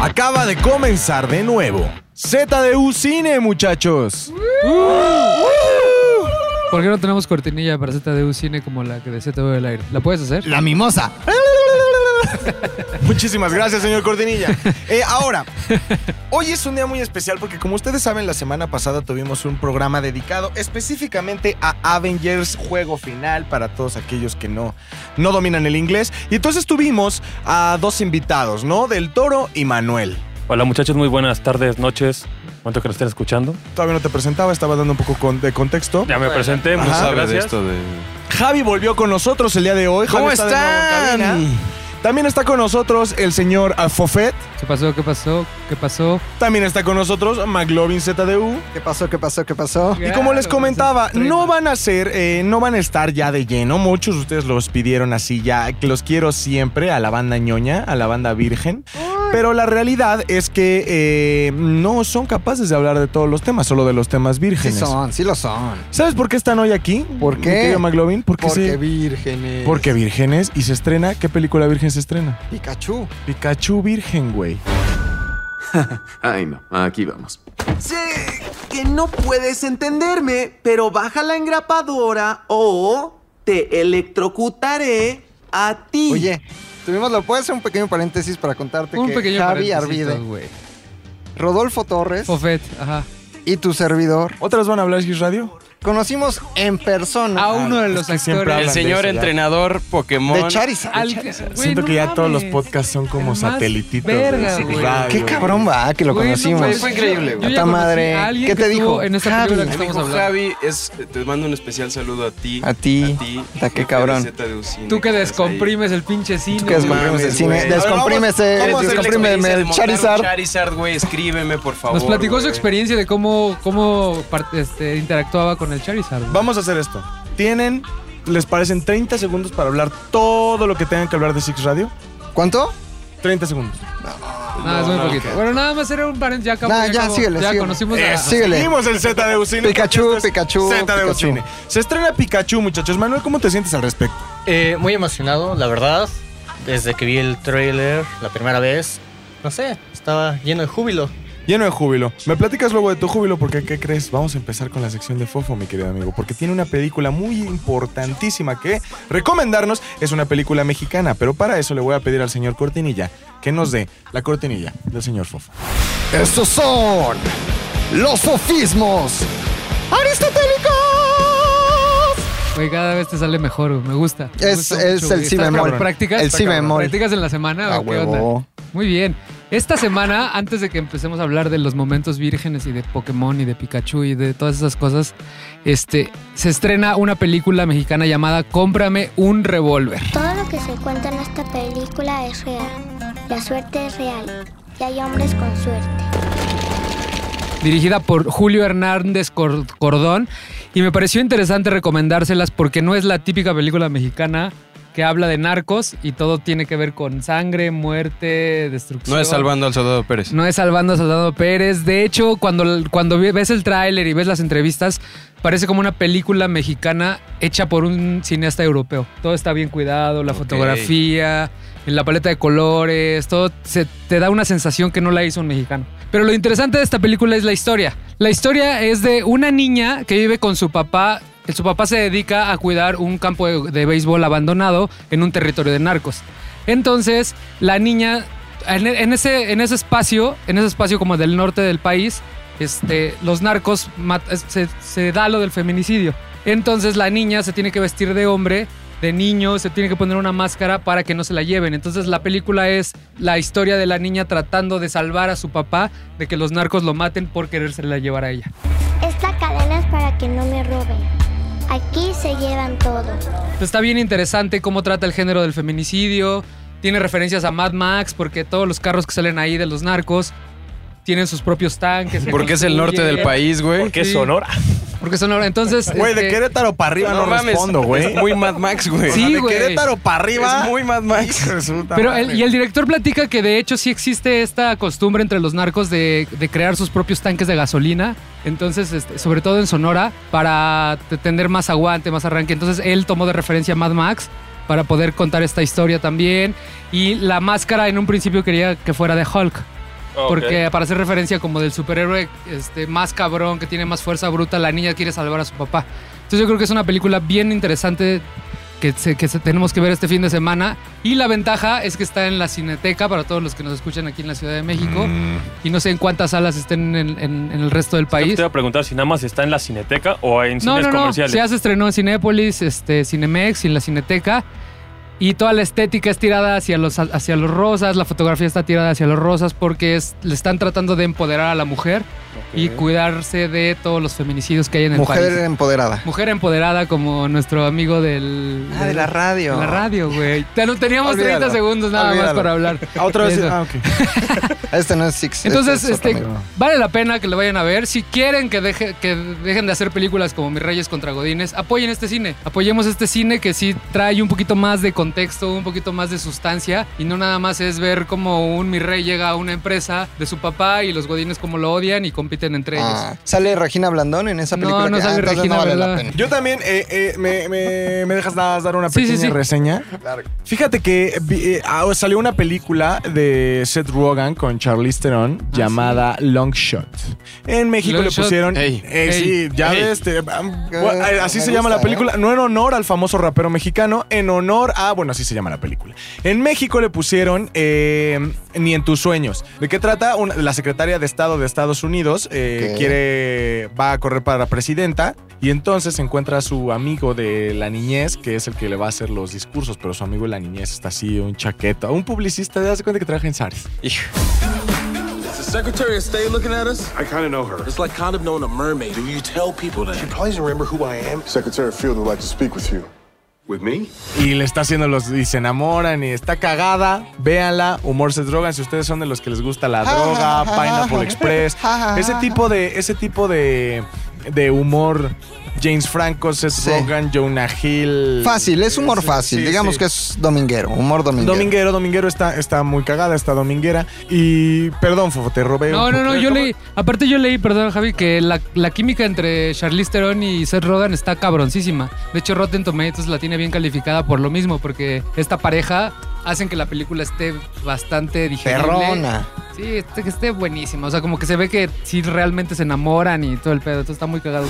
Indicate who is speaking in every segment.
Speaker 1: acaba de comenzar de nuevo. ZDU Cine, muchachos.
Speaker 2: Uh.
Speaker 3: ¿Por qué no tenemos cortinilla para ZDU Cine como la que de ZDU del aire? ¿La puedes hacer?
Speaker 2: La mimosa.
Speaker 1: Muchísimas gracias, señor Cortinilla. Eh, ahora, hoy es un día muy especial porque como ustedes saben, la semana pasada tuvimos un programa dedicado específicamente a Avengers Juego Final para todos aquellos que no, no dominan el inglés. Y entonces tuvimos a dos invitados, ¿no? Del Toro y Manuel.
Speaker 4: Hola muchachos, muy buenas tardes, noches. Cuánto que nos estén escuchando.
Speaker 1: Todavía no te presentaba, estaba dando un poco con- de contexto.
Speaker 4: Ya me presenté,
Speaker 1: Ajá.
Speaker 4: muchas
Speaker 1: Sabe
Speaker 4: gracias.
Speaker 1: Javi volvió con nosotros el día de hoy. Javi
Speaker 2: ¿Cómo
Speaker 1: está de nuevo en cabina.
Speaker 2: están?
Speaker 1: También está con nosotros el señor ah, Fofet.
Speaker 3: ¿Qué pasó? ¿Qué pasó? ¿Qué pasó?
Speaker 1: También está con nosotros McLovin ZDU.
Speaker 2: ¿Qué pasó? ¿Qué pasó? ¿Qué pasó?
Speaker 1: Y como les comentaba, no van a ser, eh, no van a estar ya de lleno. Muchos de ustedes los pidieron así ya. que Los quiero siempre a la banda ñoña, a la banda virgen. Pero la realidad es que eh, no son capaces de hablar de todos los temas, solo de los temas
Speaker 2: Sí
Speaker 1: vírgenes.
Speaker 2: son, sí lo son.
Speaker 1: ¿Sabes por qué están hoy aquí?
Speaker 2: ¿Por
Speaker 1: mi
Speaker 2: qué?
Speaker 1: querido McLovin? Porque,
Speaker 2: Porque
Speaker 1: se-
Speaker 2: vírgenes.
Speaker 1: porque vírgenes y se estrena. ¿Qué película virgen se estrena?
Speaker 2: Pikachu.
Speaker 1: Pikachu virgen, güey.
Speaker 5: Ay, no, aquí vamos.
Speaker 6: Sé que no puedes entenderme, pero baja la engrapadora o te electrocutaré a ti.
Speaker 2: Oye, tuvimos, lo puedes hacer un pequeño paréntesis para contarte
Speaker 3: Un
Speaker 2: que
Speaker 3: pequeño
Speaker 2: Javi
Speaker 3: paréntesis,
Speaker 2: Arvide,
Speaker 3: güey.
Speaker 2: Rodolfo Torres
Speaker 3: Fofet, ajá.
Speaker 2: y tu servidor
Speaker 1: ¿Otras van a hablar His Radio?
Speaker 2: conocimos en persona
Speaker 3: A uno de los
Speaker 1: que siempre
Speaker 3: actores.
Speaker 7: El
Speaker 1: hablan de
Speaker 7: señor
Speaker 1: eso ya.
Speaker 7: entrenador Pokémon.
Speaker 2: de Charizard.
Speaker 3: Al- güey,
Speaker 1: Siento
Speaker 3: no
Speaker 1: que ya todos los
Speaker 3: mames.
Speaker 1: podcasts son como
Speaker 3: El más
Speaker 1: satelititos. de
Speaker 3: verga,
Speaker 1: su
Speaker 3: güey.
Speaker 1: radio,
Speaker 2: Qué
Speaker 1: güey.
Speaker 2: cabrón va, que lo
Speaker 3: Güey, no
Speaker 2: conocimos.
Speaker 3: mames,
Speaker 7: Fue increíble,
Speaker 3: yo ya
Speaker 7: güey.
Speaker 2: Puta
Speaker 3: conocí
Speaker 2: madre.
Speaker 3: a alguien
Speaker 2: ¿Qué
Speaker 3: que
Speaker 2: te
Speaker 3: estuvo
Speaker 2: dijo?
Speaker 3: En esta
Speaker 2: Javi.
Speaker 3: película que
Speaker 2: Me
Speaker 3: estamos
Speaker 7: Dijo
Speaker 3: hablando.
Speaker 7: Javi, es, te mando un especial saludo a ti.
Speaker 2: A ti.
Speaker 7: A ti.
Speaker 2: Puta, qué cabrón.
Speaker 3: Tú que descomprimes el pinche cine.
Speaker 2: Tú que
Speaker 3: güey.
Speaker 2: descomprimes el
Speaker 7: mames,
Speaker 2: cine.
Speaker 7: güey.
Speaker 2: Descomprímese,
Speaker 1: A ver, vamos- vamos a hacer la
Speaker 2: descomprímeme el Charizard.
Speaker 7: Charizard, güey, escríbeme, por favor.
Speaker 3: Nos platicó su
Speaker 7: güey.
Speaker 3: experiencia de cómo, cómo par- este, interactuaba con el Charizard. güey.
Speaker 1: Vamos a hacer esto. Tienen, les parecen 30 segundos para hablar todo lo que tengan que hablar de Six Radio.
Speaker 2: ¿Cuánto?
Speaker 1: 30 segundos.
Speaker 3: Nada, es muy poquito. Bueno, nada más era un paréntesis. Ya acabó.
Speaker 2: Nah, ya,
Speaker 3: acabó.
Speaker 2: síguele,
Speaker 3: Ya
Speaker 2: síguele.
Speaker 3: conocimos a.
Speaker 2: Eh, Síguele.
Speaker 1: Seguimos el Z de Ucine.
Speaker 2: Pikachu,
Speaker 1: porque esto es
Speaker 2: Pikachu,
Speaker 1: Z de
Speaker 2: Pikachu.
Speaker 1: Ucine. Se estrena Pikachu, muchachos. Manuel, ¿cómo te sientes al respecto?
Speaker 8: Eh, muy emocionado, la verdad. Desde que vi el tráiler la primera vez, no sé, estaba lleno de júbilo.
Speaker 1: Lleno de júbilo. Me platicas luego de tu júbilo porque, ¿qué crees? Vamos a empezar con la sección de Fofo, mi querido amigo, porque tiene una película muy importantísima que recomendarnos. Es una película mexicana, pero para eso le voy a pedir al señor Cortinilla que nos dé la cortinilla del señor Fofo.
Speaker 2: Estos son los sofismos aristotélicos.
Speaker 3: Güey, cada vez te sale mejor, güey. Me gusta. me
Speaker 2: Es-
Speaker 3: gusta
Speaker 2: es
Speaker 3: güey.
Speaker 2: el si
Speaker 3: ¿Estás
Speaker 2: bemol.
Speaker 3: cabrón? ¿Practicas?
Speaker 2: El
Speaker 3: Está
Speaker 2: si
Speaker 3: cabrón.
Speaker 2: bemol.
Speaker 3: ¿Practicas en la semana?
Speaker 2: A
Speaker 3: güey? ¿Qué onda?
Speaker 2: huevo.
Speaker 3: Muy bien. Esta semana, antes de que empecemos a hablar de los momentos vírgenes y de Pokémon y de Pikachu y de todas esas cosas, este, se estrena una película mexicana llamada Cómprame un revólver.
Speaker 9: Todo lo que se cuenta en esta película es real. La suerte es real. Y hay hombres con suerte.
Speaker 3: dirigida por Julio Hernández Cor- Cordón. Y me pareció interesante recomendárselas porque no es la típica película mexicana que habla de narcos y todo tiene que ver con sangre, muerte, destrucción.
Speaker 7: No es salvando al soldado Pérez.
Speaker 3: No es salvando a Soldado Pérez. De hecho, cuando, cuando ves el tráiler y ves las entrevistas, parece como una película mexicana hecha por un cineasta europeo. Todo está bien cuidado, la
Speaker 7: Ok.
Speaker 3: fotografía, la paleta de colores, todo se, te da una sensación que no la hizo un mexicano. Pero lo interesante de esta película es la historia. La historia es de una niña que vive con su papá. que Su papá se dedica a cuidar un campo de- de béisbol abandonado en un territorio de narcos. Entonces, la niña, en, en ese, en ese espacio, en ese espacio como del norte del país, este, los narcos mat- es- se, se da lo del feminicidio. Entonces la niña se tiene que vestir de hombre, de niño, se tiene que poner una máscara para que no se la lleven. Entonces la película es la historia de la niña tratando de salvar a su papá de que los narcos lo maten por quererse la llevar a ella.
Speaker 9: Esta cadena es para que no me roben. Aquí se llevan todo.
Speaker 3: Pues Está bien interesante cómo trata el género del feminicidio. Tiene referencias a Mad Max porque todos los carros que salen ahí de los narcos tienen sus propios tanques. que
Speaker 7: Porque es el norte
Speaker 3: construyen.
Speaker 7: del país, güey.
Speaker 4: Porque es
Speaker 3: Sí.
Speaker 4: Sonora.
Speaker 3: Porque son ahora. Entonces.
Speaker 1: Güey, de
Speaker 3: este,
Speaker 1: Querétaro para arriba no,
Speaker 7: mames,
Speaker 1: respondo, güey.
Speaker 7: es Muy Mad Max, güey.
Speaker 3: Sí,
Speaker 1: de
Speaker 3: güey.
Speaker 1: Querétaro para arriba.
Speaker 7: Es muy Mad Max.
Speaker 1: Resulta
Speaker 3: Pero
Speaker 1: madre.
Speaker 3: el, y el director platica que de hecho sí existe esta costumbre entre los narcos de, de crear sus propios tanques de gasolina. Entonces, este, sobre todo en Sonora, para te- tener más aguante, más arranque. Entonces, él tomó de referencia a Mad Max para poder contar esta historia también. Y la máscara en un principio quería que fuera de Hulk.
Speaker 4: Ah, ok.
Speaker 3: Porque para hacer referencia como del superhéroe este, más cabrón, que tiene más fuerza bruta, la niña quiere salvar a su papá. Entonces yo creo que es una película bien interesante que, se- que se- tenemos que ver este fin de semana. Y la ventaja es que está en la Cineteca para todos los que nos escuchan aquí en la Ciudad de México. Y no sé en cuántas salas estén en, en- en el resto del
Speaker 4: Yo
Speaker 3: país.
Speaker 4: Te iba a preguntar si nada más está en la cineteca o en
Speaker 3: No,
Speaker 4: cines
Speaker 3: no, no.
Speaker 4: comerciales.
Speaker 3: Ya se estrenó en Cinépolis, este, Cinemex y en la Cineteca. Y toda la estética es tirada hacia los, hacia los rosas, la fotografía está tirada hacia los rosas porque es, le están tratando de empoderar a la mujer y cuidarse de todos los feminicidios que hay en el
Speaker 2: Mujer em-
Speaker 3: país.
Speaker 2: empoderada.
Speaker 3: Mujer empoderada como nuestro amigo del...
Speaker 7: Ah, de la radio.
Speaker 3: de la radio, güey. Te- Teníamos
Speaker 2: Olvídalo.
Speaker 3: 30 segundos nada más
Speaker 2: Olvídalo.
Speaker 3: para hablar.
Speaker 1: Otra vez.
Speaker 3: Eso.
Speaker 1: Ah, ok.
Speaker 2: Este no es Six.
Speaker 3: Entonces,
Speaker 2: este es
Speaker 3: este,
Speaker 2: otro amigo.
Speaker 3: vale la pena que lo vayan a ver. Si quieren que, deje- que dejen de hacer películas como Mis Reyes contra Godines, apoyen este cine. Apoyemos este cine que sí trae un poquito más de contexto, un poquito más de sustancia. Y no nada más es ver cómo un Mi Rey llega a una empresa de su papá y los Godines como lo odian y compiten entre
Speaker 2: Ah, ¿Sale Regina Blandón en esa
Speaker 3: No,
Speaker 2: película?
Speaker 3: no
Speaker 2: que- ah,
Speaker 3: sale
Speaker 2: entonces
Speaker 3: Regina
Speaker 2: no vale la
Speaker 3: Blandón.
Speaker 2: pena.
Speaker 1: Yo también, eh, eh, me, me- me dejas nada más dar una
Speaker 3: Sí, sí,
Speaker 1: pequeña
Speaker 3: sí.
Speaker 1: reseña. Fíjate que vi- eh, ah, salió una película de Seth Rogen con Charlize Theron llamada Long Shot. En México
Speaker 3: Long
Speaker 1: le
Speaker 3: Shot.
Speaker 1: pusieron...
Speaker 7: Ey.
Speaker 1: Eh, sí, ya
Speaker 7: Ey.
Speaker 1: ves, te- am-
Speaker 2: Eh,
Speaker 1: bueno, eh, así
Speaker 2: me
Speaker 1: se llama
Speaker 2: gusta,
Speaker 1: la película. No en honor al famoso rapero mexicano, en honor a... Bueno, así se llama la película. En México le pusieron eh, Ni en tus sueños. ¿De qué trata? Una- la secretaria de Estado de Estados Unidos eh,
Speaker 2: Ok.
Speaker 1: quiere... Va a correr para presidenta y entonces encuentra a su amigo de la niñez, que es el que le va a hacer los discursos, pero su amigo de la niñez está así, un chaqueta, un publicista, te das cuenta que trabaja en Sars.
Speaker 10: Secretary of State looking at us? I kind of know her. It's like kind of knowing a mermaid. Do you tell people that? She probably doesn't remember who I am. Secretary Field would like to speak with you.
Speaker 5: With me?
Speaker 1: Y le está haciendo los. Y se enamoran y está cagada. Véanla. Humor se drogan. Si ustedes son de los que les gusta la droga, Pineapple Express. Ese tipo de. Ese tipo de. De humor. James Franco, Seth
Speaker 2: Sí.
Speaker 1: Rogen, Jonah Hill.
Speaker 2: Fácil, es humor
Speaker 1: Sí,
Speaker 2: fácil.
Speaker 1: sí,
Speaker 2: Digamos
Speaker 1: sí.
Speaker 2: que es dominguero, humor dominguero.
Speaker 1: Dominguero, Dominguero está, está muy cagada, está dominguera. Y perdón, Fofo, te robé.
Speaker 3: No,
Speaker 1: un
Speaker 3: no, no,
Speaker 1: poco.
Speaker 3: yo leí, aparte yo leí, perdón Javi, que la, la química entre Charlize Theron y Seth Rogen está cabroncísima. De hecho, Rotten Tomatoes la tiene bien calificada por lo mismo, porque esta pareja hacen que la película esté bastante digerible.
Speaker 2: Perrona.
Speaker 3: Sí, este- que esté buenísima. O sea, como que se ve que sí realmente se enamoran y todo el pedo. Entonces está muy cagado.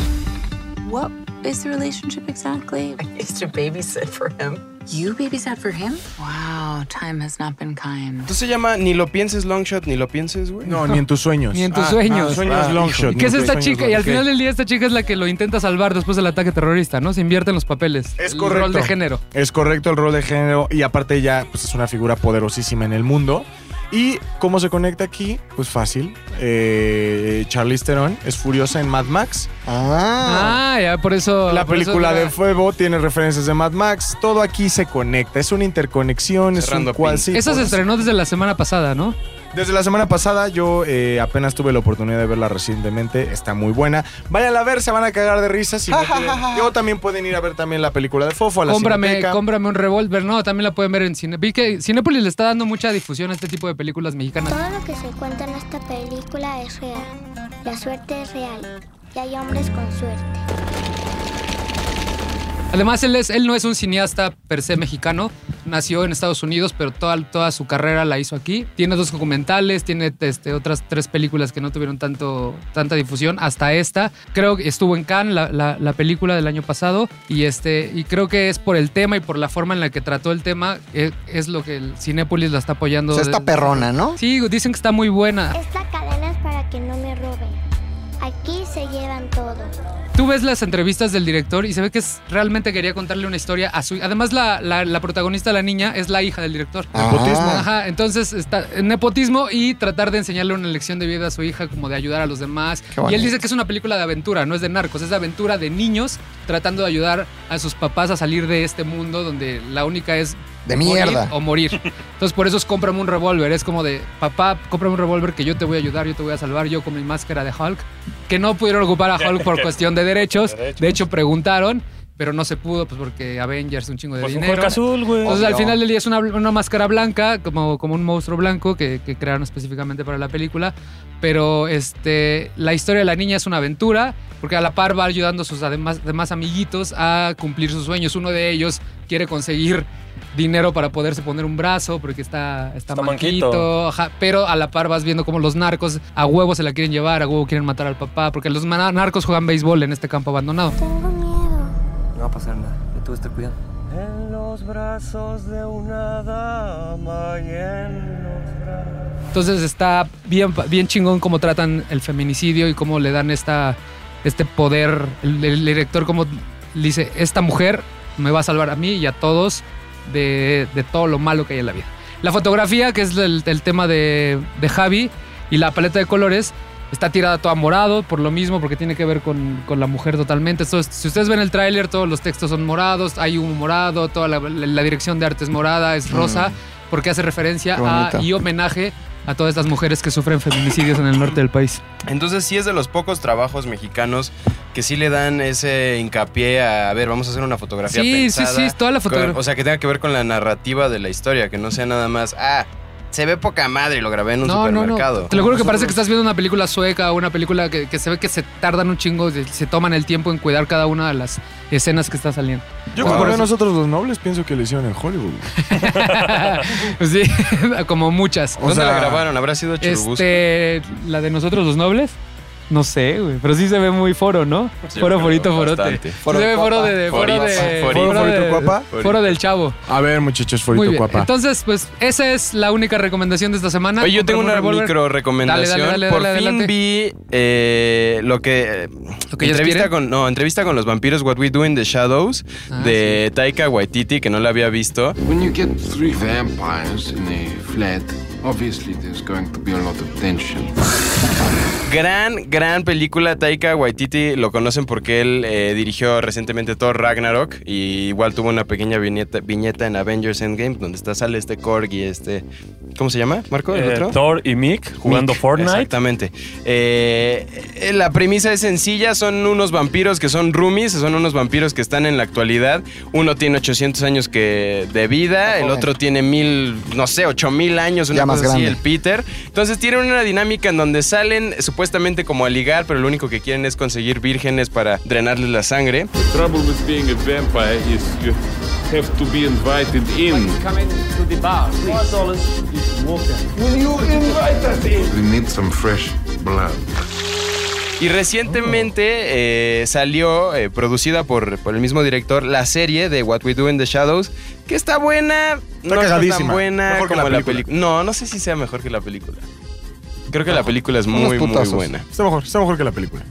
Speaker 11: What is the relationship exactly? I used to babysit for him. You babysat for him? Wow, time has not been kind.
Speaker 7: Entonces se llama Ni lo pienses long shot, ni lo pienses, güey.
Speaker 1: No, ni en tus sueños.
Speaker 3: Ni en tus
Speaker 1: Ah,
Speaker 3: sueños.
Speaker 1: sueños long shot.
Speaker 3: ¿Y ¿Qué es
Speaker 1: ni en tus
Speaker 3: esta
Speaker 1: sueños
Speaker 3: chica?
Speaker 1: long
Speaker 3: Y al
Speaker 1: shot.
Speaker 3: final del día esta chica es la que lo intenta salvar después del ataque terrorista, ¿no? Se invierte en los papeles.
Speaker 1: Es
Speaker 3: El
Speaker 1: correcto.
Speaker 3: Rol de género.
Speaker 1: Es correcto el rol de género y aparte ella pues, es una figura poderosísima en el mundo. ¿Y cómo se conecta aquí? Pues fácil. Eh, Charlize Theron es furiosa en Mad Max.
Speaker 2: Ah,
Speaker 3: Ah, ya, por eso...
Speaker 1: La
Speaker 3: por eso
Speaker 1: película
Speaker 3: dura-
Speaker 1: de Fuego tiene referencias de Mad Max. Todo aquí se conecta. Es una interconexión,
Speaker 7: Cerrando
Speaker 1: es un cual sí,
Speaker 3: ah. Esa se
Speaker 1: por-
Speaker 3: estrenó desde la semana pasada, ¿no?
Speaker 1: Desde la semana pasada yo eh, apenas tuve la oportunidad de verla recientemente, está muy buena. Vayan a ver, se van a cagar de risa. Si no quieren. Yo también pueden ir a ver también la película de Fofo a la
Speaker 3: Cómprame,
Speaker 1: Cineteca.
Speaker 3: cómprame un revólver. No, también la pueden ver en cine. Vi que Cinépolis le está dando mucha difusión a este tipo de películas mexicanas.
Speaker 9: Todo lo que se cuenta en esta película es real. La suerte es real y hay hombres con suerte.
Speaker 3: Además, él, es, él no es un cineasta per se mexicano. Nació en Estados Unidos, pero toda, toda su carrera la hizo aquí. Tiene dos documentales, tiene este, otras tres películas que no tuvieron tanto, tanta difusión hasta esta. Creo que estuvo en Cannes, la, la- la película del año pasado. Y, este, y creo que es por el tema y por la forma en la que trató el tema, eh, es, lo que el Cinépolis la está apoyando.
Speaker 2: o sea, está
Speaker 3: de-
Speaker 2: perrona, ¿no?
Speaker 3: Sí, dicen que está muy buena.
Speaker 9: Esta cadena es para que no me roben. Aquí se llevan todo.
Speaker 3: Tú ves las entrevistas del director y se ve que es- realmente quería contarle una historia a su... Además, la, la- la protagonista, la niña, es la hija del director.
Speaker 2: Ah. Nepotismo.
Speaker 3: Ajá, entonces está en nepotismo y tratar de enseñarle una lección de vida a su hija, como de ayudar a los demás.
Speaker 2: Qué
Speaker 3: Y él
Speaker 2: bonito.
Speaker 3: dice que es una película de aventura, no es de narcos, es de aventura de niños tratando de ayudar a sus papás a salir de este mundo donde la única es
Speaker 2: De
Speaker 3: morir
Speaker 2: mierda.
Speaker 3: o morir. Entonces, por eso es cómprame un revólver. Es como de, papá, cómprame un revólver que yo te voy a ayudar, yo te voy a salvar, yo con mi máscara de Hulk. Que no pudieron ocupar a Hulk por cuestión de derechos.
Speaker 4: Derechos.
Speaker 3: De hecho, preguntaron. pero no se pudo, pues porque Avengers, un chingo de
Speaker 4: Pues un
Speaker 3: dinero.
Speaker 4: Hulk azul, güey.
Speaker 3: Entonces al
Speaker 4: Obvio.
Speaker 3: final del día es una, una máscara blanca, como, como un monstruo blanco que, que crearon específicamente para la película. Pero este, la historia de la niña es una aventura, porque a la par va ayudando a sus además, demás amiguitos a cumplir sus sueños. Uno de ellos quiere conseguir dinero para poderse poner un brazo porque está, está, manquito.
Speaker 4: manquito.
Speaker 3: ajá, pero a la par vas viendo como los narcos a huevo se la quieren llevar, a huevo quieren matar al papá, porque los mana- narcos juegan béisbol en este campo abandonado.
Speaker 12: No va a pasar nada. Yo te voy a estar cuidando. En los brazos de una dama y en los brazos.
Speaker 3: Entonces está bien, bien chingón cómo tratan el feminicidio y cómo le dan esta, este poder. El, el director como le dice, esta mujer me va a salvar a mí y a todos de, de todo lo malo que hay en la vida. La fotografía, que es el, el tema de, de Javi, y la paleta de colores, está tirada toda morado, por lo mismo, porque tiene que ver con, con la mujer totalmente. Entonces, si ustedes ven el tráiler, todos los textos son morados, hay humo morado, toda la, la- la dirección de arte es morada, es rosa, porque hace referencia
Speaker 7: Mm. Qué
Speaker 3: a,
Speaker 7: bonito.
Speaker 3: y homenaje a todas estas mujeres que sufren feminicidios en el norte del país.
Speaker 7: Entonces sí es de los pocos trabajos mexicanos que sí le dan ese hincapié a, a ver, vamos a hacer una fotografía
Speaker 3: Sí, sí,
Speaker 7: pensada
Speaker 3: sí, toda la
Speaker 7: con-
Speaker 3: fotogra-
Speaker 7: o sea, que tenga que ver con la narrativa de la historia, que no sea nada más, ah, se ve poca madre y lo grabé en un supermercado.
Speaker 3: Te lo juro que parece que estás viendo una película sueca o una película que, que se ve que se tardan un chingo, de- se toman el tiempo en cuidar cada una de las escenas que está saliendo.
Speaker 1: Yo cuando
Speaker 3: Entonces, por
Speaker 1: veo a
Speaker 3: eso-
Speaker 1: nosotros los nobles pienso que lo hicieron en Hollywood.
Speaker 3: Sí, como muchas.
Speaker 1: ¿Dónde la grabaron?
Speaker 7: ¿Habrá sido
Speaker 1: Churubusco?
Speaker 3: Este, la de nosotros los nobles. No sé, güey, pero sí se ve muy foro, ¿no?
Speaker 7: Sí,
Speaker 3: foro
Speaker 7: creo,
Speaker 3: forito forote.
Speaker 7: bastante.
Speaker 3: Foro se ve foro de, de- foro
Speaker 7: Forito.
Speaker 3: de
Speaker 7: Forito.
Speaker 3: foro de-
Speaker 7: Forito guapa.
Speaker 3: Foro del chavo.
Speaker 1: A ver, muchachos,
Speaker 3: Muy
Speaker 1: forito
Speaker 3: bien.
Speaker 1: guapa.
Speaker 3: Entonces, pues esa es la única recomendación de esta semana.
Speaker 7: Oye, yo tengo
Speaker 3: Compremos
Speaker 7: una
Speaker 3: revólver.
Speaker 7: micro recomendación.
Speaker 3: Dale, dale, dale,
Speaker 7: Por
Speaker 3: dale,
Speaker 7: fin
Speaker 3: adelante.
Speaker 7: vi eh, lo que. eh,
Speaker 3: que ellos
Speaker 7: entrevista
Speaker 3: quieren. Ah,
Speaker 7: con, no, entrevista con los vampiros, What We Do in the Shadows, de Taika Waititi, que no la había visto.
Speaker 13: When you get three vampires in a flat, obviously there's going to be a lot of tension.
Speaker 7: Gran, gran película. Taika Waititi lo conocen porque él eh, dirigió recientemente Thor Ragnarok y igual tuvo una pequeña viñeta, viñeta en Avengers Endgame donde está, sale este Korg y este. ¿Cómo se llama, Marco? ¿El
Speaker 4: Eh,
Speaker 7: otro?
Speaker 4: Thor y Mick jugando
Speaker 7: Mick,
Speaker 4: Fortnite.
Speaker 7: Exactamente. Eh, eh, la premisa es sencilla, son unos vampiros que son roomies, son unos vampiros que están en la actualidad. Uno tiene 800 años que, de vida, el
Speaker 2: joven.
Speaker 7: otro tiene mil, no sé, 8000 años, una
Speaker 2: Ya más
Speaker 7: cosa así,
Speaker 2: grande.
Speaker 7: el Peter. Entonces tienen una dinámica en donde salen supuestamente como a ligar, pero lo único que quieren es conseguir vírgenes para drenarles la sangre.
Speaker 14: The trouble with being a vampire is you have to be invited in.
Speaker 15: Come in to the bar, please. Four dollars is water.
Speaker 14: Will you invite us in?
Speaker 10: We need some fresh blood.
Speaker 7: Y recientemente eh, salió, eh, producida por, por el mismo director, la serie de What We Do in the Shadows, que está buena, no está tan
Speaker 1: cagadísima.
Speaker 7: buena
Speaker 1: Mejor que
Speaker 7: como
Speaker 1: la
Speaker 7: la película.
Speaker 1: película.
Speaker 7: No, no sé si sea mejor que la película. Creo que la película es
Speaker 1: Unos
Speaker 7: muy, muy
Speaker 1: putazos.
Speaker 7: buena.
Speaker 1: Está mejor, está mejor que la película.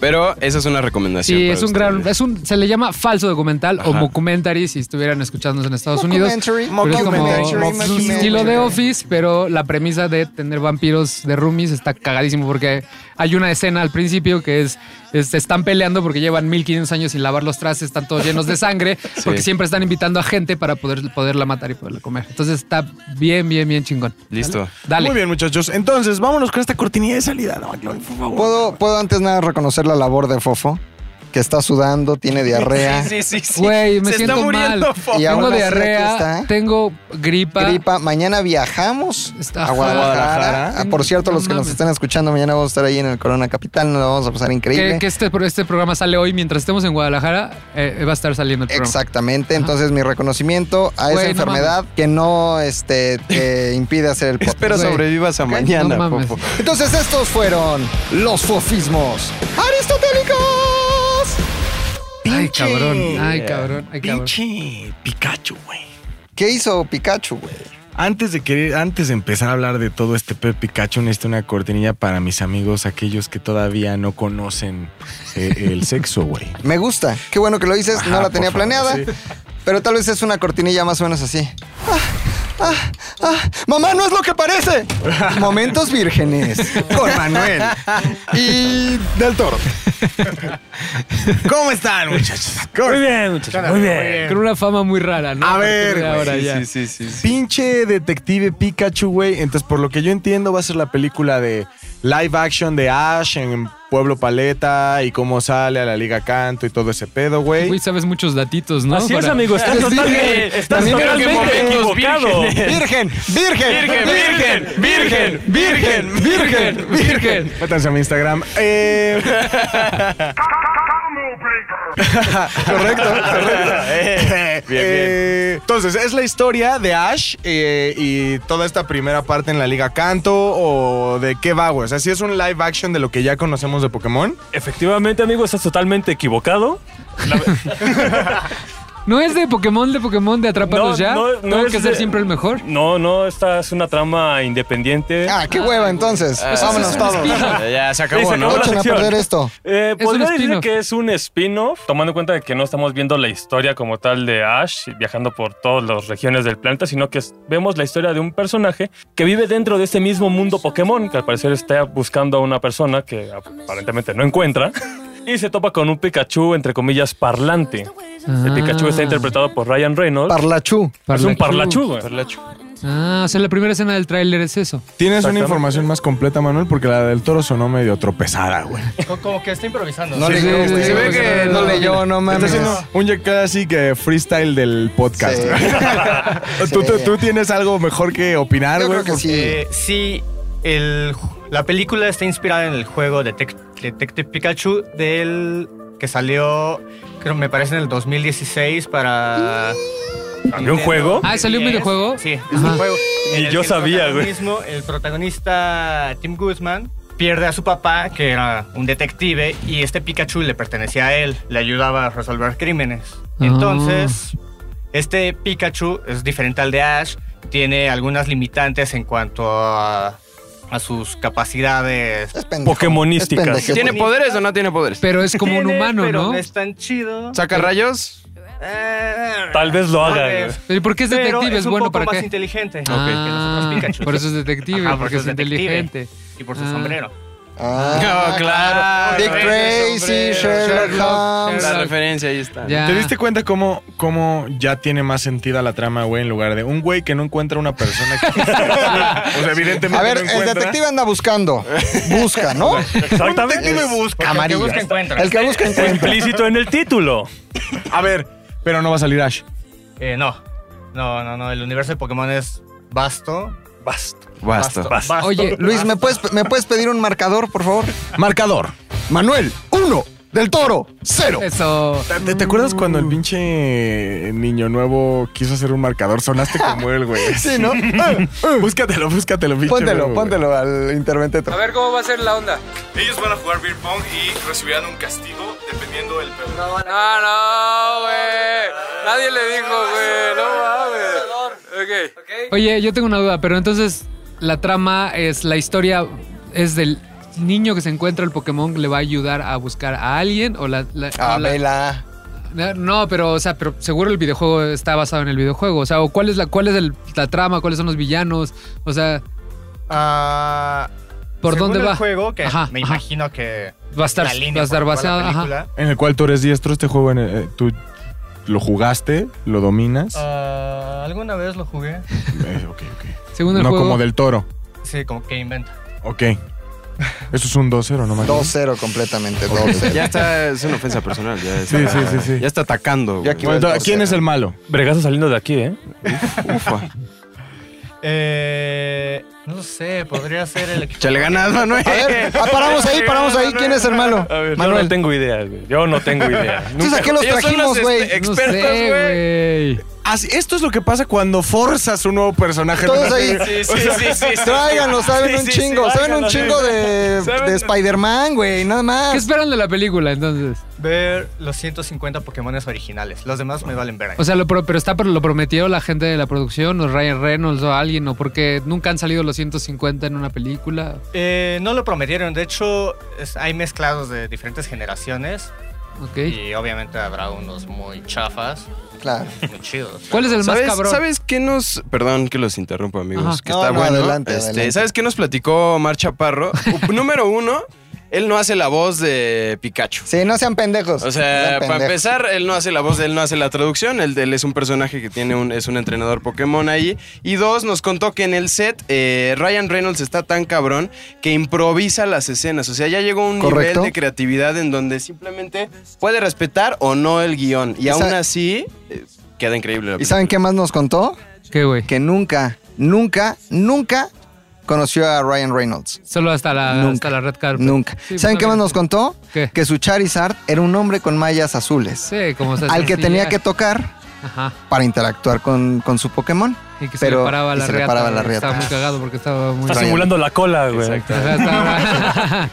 Speaker 7: Pero esa es una recomendación.
Speaker 3: Sí,
Speaker 7: para
Speaker 3: es un
Speaker 7: ustedes.
Speaker 3: gran, es un, se le llama falso documental o
Speaker 7: Ajá.
Speaker 3: documentary si estuvieran escuchándonos en Estados Unidos. Pero
Speaker 2: Mockumentary.
Speaker 3: es como
Speaker 2: Mockumentary,
Speaker 3: un
Speaker 2: mockumentary.
Speaker 3: estilo de Office, pero la premisa de tener vampiros de roomies está cagadísimo porque hay una escena al principio que es, es- se están peleando porque llevan 1500 años sin lavar los trastes, están todos llenos de sangre,
Speaker 7: Sí.
Speaker 3: porque siempre están invitando a gente para poder, poderla matar y poderla comer. Entonces está bien, bien, bien chingón.
Speaker 7: Listo.
Speaker 3: Dale.
Speaker 1: Muy bien, muchachos. Entonces, vámonos con esta cortinilla de salida, no, McLovin, por favor.
Speaker 2: ¿Puedo, puedo antes nada reconocer la labor de Fofo, que está sudando, tiene diarrea.
Speaker 7: Sí, sí, sí.
Speaker 3: Güey, me
Speaker 7: Se
Speaker 3: siento mal.
Speaker 7: está muriendo, Fofo.
Speaker 2: Y aún
Speaker 3: Tengo
Speaker 2: así aquí
Speaker 3: diarrea,
Speaker 2: está.
Speaker 3: tengo gripa.
Speaker 2: Gripa. Mañana viajamos
Speaker 3: Está-
Speaker 2: a Guadalajara.
Speaker 3: Guadalajara.
Speaker 2: Ah, por cierto,
Speaker 3: No
Speaker 2: los que nos
Speaker 3: mames.
Speaker 2: están escuchando, mañana vamos a estar ahí en el Corona Capital. Nos lo vamos a pasar increíble.
Speaker 3: Que, que este, pro- este programa sale hoy mientras estemos en Guadalajara, eh, va a estar saliendo el programa.
Speaker 2: Exactamente, entonces mi reconocimiento a
Speaker 3: Güey,
Speaker 2: esa
Speaker 3: no
Speaker 2: enfermedad que no este, te impide hacer el podcast.
Speaker 7: Espero
Speaker 2: Güey.
Speaker 7: sobrevivas a
Speaker 2: Ok.
Speaker 7: mañana,
Speaker 2: No mames.
Speaker 7: Fofo.
Speaker 2: Entonces estos fueron los fofismos aristotélicos.
Speaker 3: Ay,
Speaker 2: Pinche.
Speaker 3: cabrón, ay, cabrón, ay, cabrón.
Speaker 1: Pinche Pikachu, güey.
Speaker 2: ¿Qué hizo Pikachu, güey?
Speaker 1: Antes de querer, antes de empezar a hablar de todo este pe Pikachu, necesito una cortinilla para mis amigos, aquellos que todavía no conocen eh, el sexo, güey.
Speaker 2: Me gusta. Qué bueno que lo dices,
Speaker 1: Ajá,
Speaker 2: no la
Speaker 1: por
Speaker 2: tenía
Speaker 1: favor,
Speaker 2: planeada.
Speaker 1: sí.
Speaker 2: Pero tal vez es una cortinilla más o menos así. Ah, ah, ah. ¡Mamá, no es lo que parece! Momentos vírgenes con Manuel y Del Toro.
Speaker 1: ¿Cómo están, muchachos?
Speaker 4: Muy bien, muchachos. Muy bien.
Speaker 3: Con una fama muy rara, ¿no?
Speaker 1: A
Speaker 3: partir
Speaker 1: ver,
Speaker 3: de
Speaker 1: güey,
Speaker 3: ahora
Speaker 1: sí,
Speaker 3: ya.
Speaker 1: sí, Pinche detective Pikachu, güey. Entonces, por lo que yo entiendo, va a ser la película de live action de Ash en Pueblo Paleta y cómo sale a la Liga Canto y todo ese pedo, güey.
Speaker 3: Güey, sabes muchos datitos, ¿no?
Speaker 1: Así es,
Speaker 3: Para-
Speaker 1: amigo, estás
Speaker 3: Les dije,
Speaker 1: totalmente- estás
Speaker 3: también creo que
Speaker 1: totalmente
Speaker 3: momentos
Speaker 1: equivocado.
Speaker 3: vírgenes.
Speaker 2: Virgen, virgen, virgen, virgen, virgen, virgen, virgen.
Speaker 1: Métanse a mi Instagram. Eh, correcto, correcto. Eh, entonces, es la historia de Ash eh, y toda esta primera parte en la Liga Canto o de qué va, güey. O sea, si es un live action de lo que ya conocemos de Pokémon.
Speaker 4: Efectivamente, amigo, estás totalmente equivocado.
Speaker 3: ¿No es de Pokémon, de Pokémon, de Atrápalos Ah, ya? ¿Tengo que
Speaker 4: es
Speaker 3: ser
Speaker 4: de-
Speaker 3: siempre el mejor?
Speaker 4: No, no, esta es una trama independiente.
Speaker 2: Ah, qué hueva entonces.
Speaker 4: Ah,
Speaker 2: Vámonos
Speaker 4: sí, sí,
Speaker 2: todos.
Speaker 4: sí, sí.
Speaker 7: Ya se acabó,
Speaker 4: Sí, se
Speaker 7: ¿no?
Speaker 4: acabó la
Speaker 2: Echen a
Speaker 4: sección.
Speaker 2: perder esto.
Speaker 4: Eh,
Speaker 3: Es
Speaker 4: podría
Speaker 3: un
Speaker 4: decir
Speaker 3: spin-off.
Speaker 4: que es un spin-off, tomando en cuenta de que no estamos viendo la historia como tal de Ash viajando por todas las regiones del planeta, sino que es- vemos la historia de un personaje que vive dentro de este mismo mundo Pokémon, que al parecer está buscando a una persona que aparentemente no encuentra. Y se topa con un Pikachu, entre comillas, parlante.
Speaker 3: Ah.
Speaker 4: El Pikachu está interpretado por Ryan Reynolds.
Speaker 2: Parlachú.
Speaker 4: Es un
Speaker 3: Parlachú.
Speaker 4: parlachú, güey.
Speaker 3: Ah, o sea, la primera escena del tráiler es eso.
Speaker 1: Tienes una información más completa, Manuel, porque la del toro sonó medio tropezada, güey.
Speaker 8: Co- Como que está improvisando.
Speaker 2: No leyó, güey. Se ve que no leyó,
Speaker 1: Está
Speaker 2: no mames.
Speaker 1: haciendo un ya casi que freestyle del podcast.
Speaker 2: Sí.
Speaker 1: güey. ¿Tú, tú- tú tienes algo mejor que opinar, güey? Porque-
Speaker 8: Eh, sí, el ju- la película está inspirada en el juego de Tec- Detective Pikachu del que salió, creo, me parece en el 2016 para...
Speaker 4: ¿Había un juego?
Speaker 3: Ah, ¿salió un videojuego?
Speaker 8: Sí, es
Speaker 3: Ajá.
Speaker 8: un juego. en
Speaker 4: Ni
Speaker 8: el
Speaker 4: yo
Speaker 8: que el
Speaker 4: sabía, güey.
Speaker 8: protagonismo- El protagonista Tim Guzman pierde a su papá, que era un detective, y este Pikachu le pertenecía a él, le ayudaba a resolver crímenes.
Speaker 3: Ah.
Speaker 8: Entonces, este Pikachu es diferente al de Ash, tiene algunas limitantes en cuanto a, a sus capacidades
Speaker 4: Pokemonísticas.
Speaker 7: ¿Tiene poderes o no tiene poderes?
Speaker 3: Pero es como un
Speaker 8: Tiene,
Speaker 3: humano,
Speaker 8: pero
Speaker 3: ¿no?
Speaker 8: es tan chido. Eh,
Speaker 7: ¿Saca rayos?
Speaker 4: Tal vez lo haga.
Speaker 8: vez.
Speaker 4: güey.
Speaker 3: ¿Y por qué es
Speaker 8: Pero
Speaker 3: detective?
Speaker 8: es
Speaker 3: ¿Es
Speaker 8: un
Speaker 3: bueno
Speaker 8: poco
Speaker 3: para
Speaker 8: más
Speaker 3: qué?
Speaker 8: inteligente
Speaker 3: Ah,
Speaker 8: que los otros Pikachu.
Speaker 3: Por eso es detective,
Speaker 8: Ajá, por
Speaker 3: porque
Speaker 8: eso
Speaker 3: es
Speaker 8: es detective.
Speaker 3: inteligente.
Speaker 8: Y por su
Speaker 3: Ah.
Speaker 8: sombrero.
Speaker 2: Ah,
Speaker 7: claro.
Speaker 2: Dick Tracy, Sherlock Holmes.
Speaker 7: La referencia ahí está.
Speaker 2: Ah.
Speaker 1: ¿Te diste cuenta cómo, cómo ya tiene más sentida la trama, güey, en lugar de un güey que no encuentra una persona que... o sea, evidentemente
Speaker 2: A ver,
Speaker 1: no
Speaker 2: el
Speaker 1: encuentra.
Speaker 2: detective anda buscando. Busca, ¿no?
Speaker 4: Exactamente.
Speaker 2: busca. Amarillo.
Speaker 8: busca, encuentra.
Speaker 2: El que busca
Speaker 4: Está
Speaker 2: encuentra.
Speaker 4: implícito en el título.
Speaker 1: A ver, pero no va a salir Ash.
Speaker 8: Eh, no. No, no, no. El universo de Pokémon es vasto.
Speaker 4: Vasto.
Speaker 7: Basta.
Speaker 2: Oye, Luis, ¿me puedes, ¿me puedes pedir un marcador, por favor?
Speaker 1: Marcador.
Speaker 2: Manuel, uno. Del toro, cero.
Speaker 3: Eso.
Speaker 1: ¿Te, te acuerdas cuando el pinche niño nuevo quiso hacer un marcador? Sonaste como él, güey.
Speaker 2: Sí, ¿no? Ah.
Speaker 1: búscatelo, búscatelo, pinche.
Speaker 2: Póntelo,
Speaker 1: nuevo, güey.
Speaker 2: póntelo al interventetro.
Speaker 3: ver cómo va a ser la onda.
Speaker 10: Ellos van a jugar beer pong y recibirán un castigo dependiendo del peor.
Speaker 3: No, no, güey. Nadie le dijo, güey. No mames. Oye, yo tengo una duda, pero entonces la trama es la historia es del niño que se encuentra el Pokémon que le va a ayudar a buscar a alguien o la, la-
Speaker 2: Ah,
Speaker 3: o la-
Speaker 2: vela.
Speaker 3: no, pero o sea, pero seguro el videojuego está basado en el videojuego, o sea, o cuál es la cuál es el- la trama, cuáles son los villanos, o sea,
Speaker 8: Ah,
Speaker 3: ¿Por
Speaker 8: según
Speaker 3: dónde
Speaker 8: el
Speaker 3: va?
Speaker 8: juego, que
Speaker 3: Ajá,
Speaker 8: me
Speaker 3: ajá.
Speaker 8: imagino que.
Speaker 3: Va a estar-
Speaker 8: la línea
Speaker 3: va a estar
Speaker 8: por la cual la
Speaker 3: basado, ajá.
Speaker 8: película,
Speaker 1: En el cual tú eres diestro, este juego en el- eh, tú lo jugaste, lo dominas.
Speaker 8: Ah, ¿Alguna vez lo jugué?
Speaker 1: Eh, ok, ok.
Speaker 3: Según el
Speaker 1: no
Speaker 3: juego-
Speaker 1: como del toro.
Speaker 8: Sí, como que inventa.
Speaker 1: Ok. Eso es un 2-0, no más.
Speaker 2: 2-0 completamente, 2-0.
Speaker 7: Ya está, es una ofensa personal. Ya está,
Speaker 1: Sí, sí, sí, sí.
Speaker 7: Ya está atacando.
Speaker 2: Ya
Speaker 7: güey.
Speaker 2: aquí va el
Speaker 1: Bueno, ¿Quién es el malo?
Speaker 4: Bregazo saliendo de aquí, ¿eh?
Speaker 7: Ufa.
Speaker 8: Eh, no lo sé, podría ser el equipo.
Speaker 7: Chale ganas, Manuel.
Speaker 2: A ver, ah, paramos ahí, paramos ahí. ¿Quién es el malo?
Speaker 4: A ver, yo no
Speaker 2: Manuel.
Speaker 4: tengo idea, güey. Yo no tengo idea.
Speaker 2: Entonces, ¿a qué los
Speaker 7: Ellos son los,
Speaker 2: trajimos,
Speaker 7: este,
Speaker 2: güey?
Speaker 3: No
Speaker 7: Expertos,
Speaker 3: sé,
Speaker 7: güey.
Speaker 3: güey.
Speaker 1: Así- esto es lo que pasa cuando forzas un nuevo personaje.
Speaker 2: Todos
Speaker 1: ¿no?
Speaker 2: ahí.
Speaker 7: Sí, sí, sí, sí, sí.
Speaker 2: Tráiganlo, saben
Speaker 7: Sí,
Speaker 2: un
Speaker 7: sí, sí,
Speaker 2: chingo. saben un chingo
Speaker 7: tráiganlo,
Speaker 2: de, de Spider-Man, güey, nada
Speaker 3: ¿Qué
Speaker 2: más.
Speaker 3: esperan de la película entonces?
Speaker 8: Ver los 150 Pokémones originales. Los demás me valen verga.
Speaker 3: O sea, lo pro- pero está pero lo prometió la gente de la producción o Ryan Reynolds o alguien o porque nunca han salido los 150 en una película.
Speaker 8: Eh, no lo prometieron. De hecho, es- hay mezclados de diferentes generaciones.
Speaker 3: Ok.
Speaker 8: Y obviamente habrá unos muy chafas,
Speaker 2: Claro.
Speaker 8: muy chidos.
Speaker 3: ¿Cuál es el más
Speaker 7: ¿Sabes,
Speaker 3: cabrón?
Speaker 7: ¿Sabes qué nos.? Perdón que los interrumpa, amigos.
Speaker 3: Ajá.
Speaker 7: Que
Speaker 2: No,
Speaker 7: está
Speaker 2: no,
Speaker 7: bueno.
Speaker 2: adelante,
Speaker 7: Este,
Speaker 2: adelante.
Speaker 7: ¿Sabes qué nos platicó Mar Chaparro? Número uno, Él no hace la voz de Pikachu.
Speaker 2: Sí, no sean pendejos. No
Speaker 7: O sea,
Speaker 2: sean
Speaker 7: para
Speaker 2: pendejos.
Speaker 7: empezar, él no hace la voz, él no hace la traducción, él, él es un personaje que tiene un, es un entrenador Pokémon ahí. Y dos, nos contó que en el set eh, Ryan Reynolds está tan cabrón que improvisa las escenas. O sea, ya llegó a un
Speaker 2: Correcto.
Speaker 7: nivel de creatividad en donde simplemente puede respetar o no el guión. Y
Speaker 2: Esa-
Speaker 7: aún así, eh, queda increíble. la
Speaker 2: ¿Y saben qué más nos contó?
Speaker 3: ¿Qué, güey?
Speaker 2: Que nunca, nunca, nunca conoció a Ryan Reynolds.
Speaker 3: Solo hasta la,
Speaker 2: Nunca.
Speaker 3: hasta la red carpet.
Speaker 2: Nunca.
Speaker 3: Sí,
Speaker 2: ¿Saben
Speaker 3: pues,
Speaker 2: qué más
Speaker 3: no-
Speaker 2: nos contó?
Speaker 3: ¿Qué?
Speaker 2: Que su Charizard era un hombre con mallas azules.
Speaker 3: Pues Sí, como se
Speaker 2: al que
Speaker 3: sencilla.
Speaker 2: tenía que tocar
Speaker 3: Ajá.
Speaker 2: para interactuar con, con su Pokémon.
Speaker 3: Y que se
Speaker 2: pero
Speaker 3: le paraba
Speaker 2: y
Speaker 3: la
Speaker 2: se le
Speaker 3: reata.
Speaker 2: paraba la
Speaker 3: güey.
Speaker 2: riata.
Speaker 3: Estaba muy cagado porque estaba muy.
Speaker 4: Está simulando la cola, güey.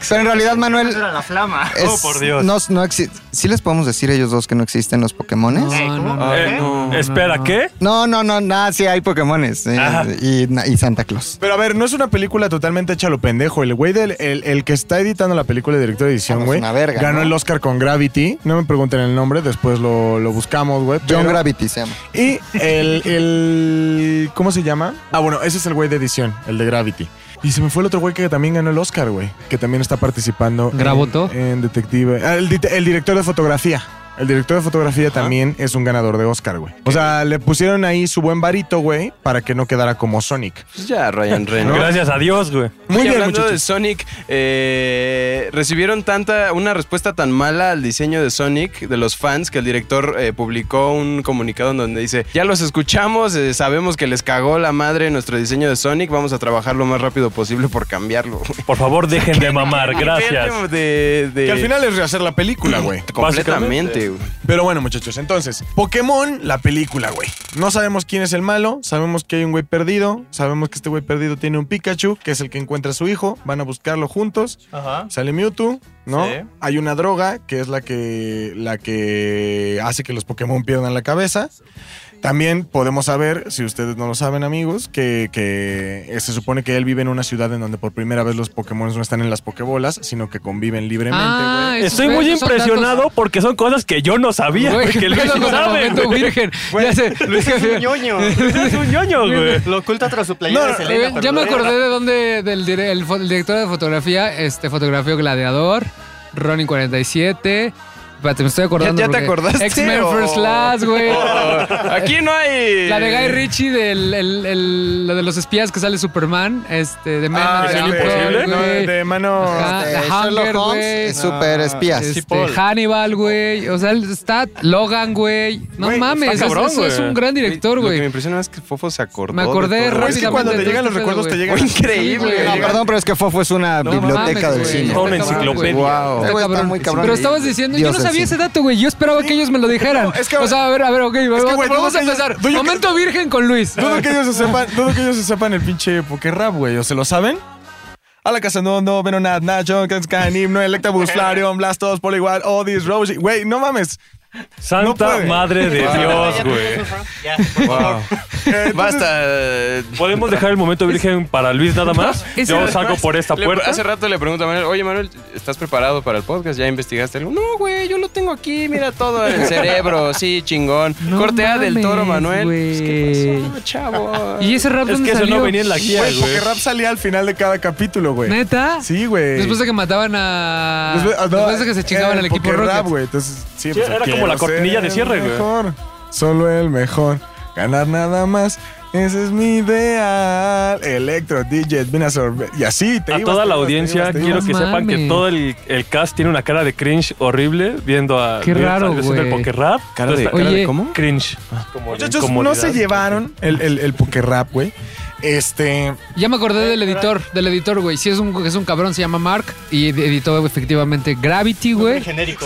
Speaker 2: Pero en realidad, Manuel.
Speaker 8: Era la flama.
Speaker 2: es-
Speaker 4: Oh, por Dios.
Speaker 2: No, no exi- ¿Sí les podemos decir ellos dos que no existen los Pokémones?
Speaker 4: Eh, espera, ¿qué?
Speaker 2: No, no, no, nada, sí hay Pokémones. eh,
Speaker 1: Ajá.
Speaker 2: y, na- y Santa Claus.
Speaker 1: Pero a ver, no es una película totalmente hecha a lo pendejo. El güey del el, el que está editando la película, el director de edición,
Speaker 2: Vamos,
Speaker 1: güey,
Speaker 2: Ah, pues una verga,
Speaker 1: ganó
Speaker 2: ¿no?
Speaker 1: el Oscar con Gravity. No me pregunten el nombre, después lo, lo buscamos, güey.
Speaker 2: John
Speaker 1: pero-
Speaker 2: Gravity se llama.
Speaker 1: Y el, el- ¿Cómo se llama? Ah, bueno, ese es el güey de edición, el de Gravity. Y se me fue el otro güey que también ganó el Oscar, güey. Que también está participando. en-
Speaker 3: ¿Graboto?
Speaker 1: En, Detective. Ah, El, di- el director de fotografía. El director de fotografía también es un ganador de Oscar, güey. O sea, le pusieron ahí su buen varito, güey, para que no quedara como Sonic.
Speaker 7: Pues ya, Ryan Reynolds.
Speaker 4: Gracias a Dios, güey.
Speaker 1: Muy
Speaker 7: Muy
Speaker 1: bien,
Speaker 7: hablando
Speaker 1: muchachos.
Speaker 7: de Sonic, eh, recibieron tanta una respuesta tan mala al diseño de Sonic de los fans que el director eh, publicó un comunicado en donde dice ya los escuchamos, eh, sabemos que les cagó la madre nuestro diseño de Sonic, vamos a trabajar lo más rápido posible por cambiarlo.
Speaker 4: Por favor, dejen de mamar. Gracias.
Speaker 7: De, de-
Speaker 1: Que al final es rehacer la película, güey.
Speaker 7: completamente. güey.
Speaker 1: Pero bueno, muchachos, entonces, Pokémon, la película, güey. No sabemos quién es el malo, sabemos que hay un güey perdido, sabemos que este güey perdido tiene un Pikachu, que es el que encuentra a su hijo, van a buscarlo juntos.
Speaker 8: Ajá.
Speaker 1: Sale Mewtwo, ¿no?
Speaker 8: Sí.
Speaker 1: Hay una droga que es la que, la que hace que los Pokémon pierdan la cabeza. También podemos saber, si ustedes no lo saben amigos, que, que se supone que él vive en una ciudad en donde por primera vez los Pokémon no están en las Pokébolas, sino que conviven libremente.
Speaker 3: Ah, esos
Speaker 4: Estoy
Speaker 3: güeyes
Speaker 4: muy
Speaker 3: son
Speaker 4: impresionado porque son cosas que yo no sabía.
Speaker 3: Güey,
Speaker 4: porque
Speaker 3: ¿qué
Speaker 4: Luis
Speaker 3: pedo
Speaker 4: sí
Speaker 3: con el
Speaker 4: sabe,
Speaker 3: momento
Speaker 4: güey.
Speaker 3: virgen? Ya sé.
Speaker 8: Luis es un ñoño.
Speaker 4: Luis es un ñoño, güey.
Speaker 8: Lo oculta tras su playera
Speaker 3: No,
Speaker 8: de Selena. pero
Speaker 3: ya me
Speaker 8: lo era.
Speaker 3: acordé de dónde del dire- el, fo- el director de fotografía, este fotografió Gladiador, Ronin 47. Espérate, me estoy acordando.
Speaker 7: ¿Ya- ya te
Speaker 3: porque-
Speaker 7: acordaste
Speaker 3: X-Men
Speaker 7: o-
Speaker 3: First Class, güey.
Speaker 1: Oh,
Speaker 7: Oh, Aquí no hay
Speaker 3: La de Guy Ritchie, del, el, el- la de los espías que sale Superman, este, de Man
Speaker 1: Ah,
Speaker 3: at
Speaker 1: ¿es
Speaker 3: Work,
Speaker 1: imposible? No,
Speaker 3: güey.
Speaker 1: de mano.
Speaker 3: Ajá,
Speaker 1: este,
Speaker 3: Ah, The
Speaker 1: Sherlock
Speaker 3: Hunger,
Speaker 1: Holmes
Speaker 3: güey.
Speaker 2: es súper espías.
Speaker 3: Este,
Speaker 2: Paul.
Speaker 3: Hannibal, güey. O sea, el- está Logan, güey. No
Speaker 1: Güey,
Speaker 3: mames,
Speaker 1: está
Speaker 3: eso-
Speaker 1: cabrón,
Speaker 3: eso es
Speaker 1: güey.
Speaker 3: un gran director,
Speaker 7: Lo que
Speaker 3: güey.
Speaker 7: me impresiona es que Fofo se acordó.
Speaker 3: Me
Speaker 7: de
Speaker 3: acordé
Speaker 7: todo.
Speaker 3: rápidamente. de todo este pedo, güey.
Speaker 1: llegan
Speaker 7: Fue
Speaker 1: las-
Speaker 7: increíble.
Speaker 1: Sí, güey.
Speaker 2: No, perdón, pero es que Fofo es una
Speaker 3: eh, No
Speaker 2: biblioteca
Speaker 3: mames,
Speaker 2: del
Speaker 3: güey.
Speaker 2: cine.
Speaker 3: Toda una Está cabrón, enciclopedia. güey.
Speaker 2: Wow.
Speaker 3: Está
Speaker 2: Este güey está
Speaker 3: cabrón.
Speaker 2: muy cabrón.
Speaker 3: Pero estabas diciendo, yo
Speaker 2: Dios
Speaker 3: no
Speaker 2: del
Speaker 3: sabía ese
Speaker 2: cine.
Speaker 3: dato, güey. Yo esperaba que ellos me lo dijeran.
Speaker 1: es que-
Speaker 3: o sea, a ver, a ver, ok, vamos,
Speaker 1: güey,
Speaker 3: vamos
Speaker 1: dudo
Speaker 3: a
Speaker 1: que ellos-
Speaker 3: empezar.
Speaker 1: dudo que-
Speaker 3: Momento virgen con Luis.
Speaker 1: Dudo que ellos se sepan, dudo que ellos se sepan el pinche poker rap, güey. ¿O se lo saben? A la casa no, no, pero nada, Nacho, Kanskan, Himno, Electabus, Flareon, Blastos, Poligual, Odis, Roshi. Güey, no mames. No
Speaker 4: Santa
Speaker 1: puede.
Speaker 4: madre de
Speaker 7: Wow.
Speaker 4: Dios, güey.
Speaker 8: Ya.
Speaker 7: Wow. Basta. eh,
Speaker 4: ¿Podemos dejar el momento virgen para Luis nada más?
Speaker 7: Ese-
Speaker 4: Yo salgo por esta
Speaker 7: Le-
Speaker 4: puerta.
Speaker 7: hace rato le pregunto a Manuel, oye Manuel, ¿estás preparado para el podcast? ¿Ya investigaste algo? No, güey, yo lo tengo aquí, mira todo en el cerebro, sí, chingón.
Speaker 3: No
Speaker 7: Cortea del
Speaker 3: mames,
Speaker 7: toro, Manuel. Pues, ¿Qué
Speaker 3: güey.
Speaker 7: pasó, chavo?
Speaker 3: Y ese rap
Speaker 4: Es
Speaker 3: dónde
Speaker 4: que eso
Speaker 3: salió?
Speaker 4: no venía en la guía,
Speaker 1: Güey,
Speaker 4: güey.
Speaker 1: poker rap salía al final de cada capítulo, güey.
Speaker 3: ¿Neta?
Speaker 1: Sí, güey.
Speaker 3: Después de que mataban a.
Speaker 1: Después- ah, no,
Speaker 3: Después de que se
Speaker 1: era
Speaker 3: chingaban al
Speaker 1: el
Speaker 3: equipo
Speaker 1: Poker
Speaker 3: Rocket.
Speaker 1: rap, güey. Entonces, sí, pues,
Speaker 4: era como
Speaker 1: quiero
Speaker 4: la cortinilla
Speaker 1: ser
Speaker 4: de cierre,
Speaker 1: el
Speaker 4: güey.
Speaker 1: mejor, Solo el mejor. Ganar nada más. Ese es mi ideal. Electro, DJ, Vina Sorbe- Y así te
Speaker 4: A
Speaker 1: ibas,
Speaker 4: toda
Speaker 1: te
Speaker 4: la
Speaker 1: ibas, te
Speaker 4: audiencia
Speaker 1: ibas, te
Speaker 4: quiero
Speaker 1: ibas.
Speaker 4: que
Speaker 3: No
Speaker 4: sepan que
Speaker 3: mames.
Speaker 4: todo el, el cast tiene una cara de cringe horrible viendo a
Speaker 3: Qué
Speaker 4: viendo-
Speaker 3: raro,
Speaker 4: viendo el
Speaker 3: güey.
Speaker 4: poker rap.
Speaker 7: ¿Cara de,
Speaker 4: Entonces,
Speaker 7: cara de
Speaker 3: Oye.
Speaker 7: cómo?
Speaker 4: Cringe. Como de
Speaker 1: Muchachos, no
Speaker 4: incomodidad.
Speaker 1: se llevaron el, el, el poker rap, güey. Este.
Speaker 3: Ya me acordé del editor, del editor, güey. Sí, es un, es un cabrón, se llama Mark. Y ed- editó efectivamente Gravity, güey.
Speaker 8: Genérico.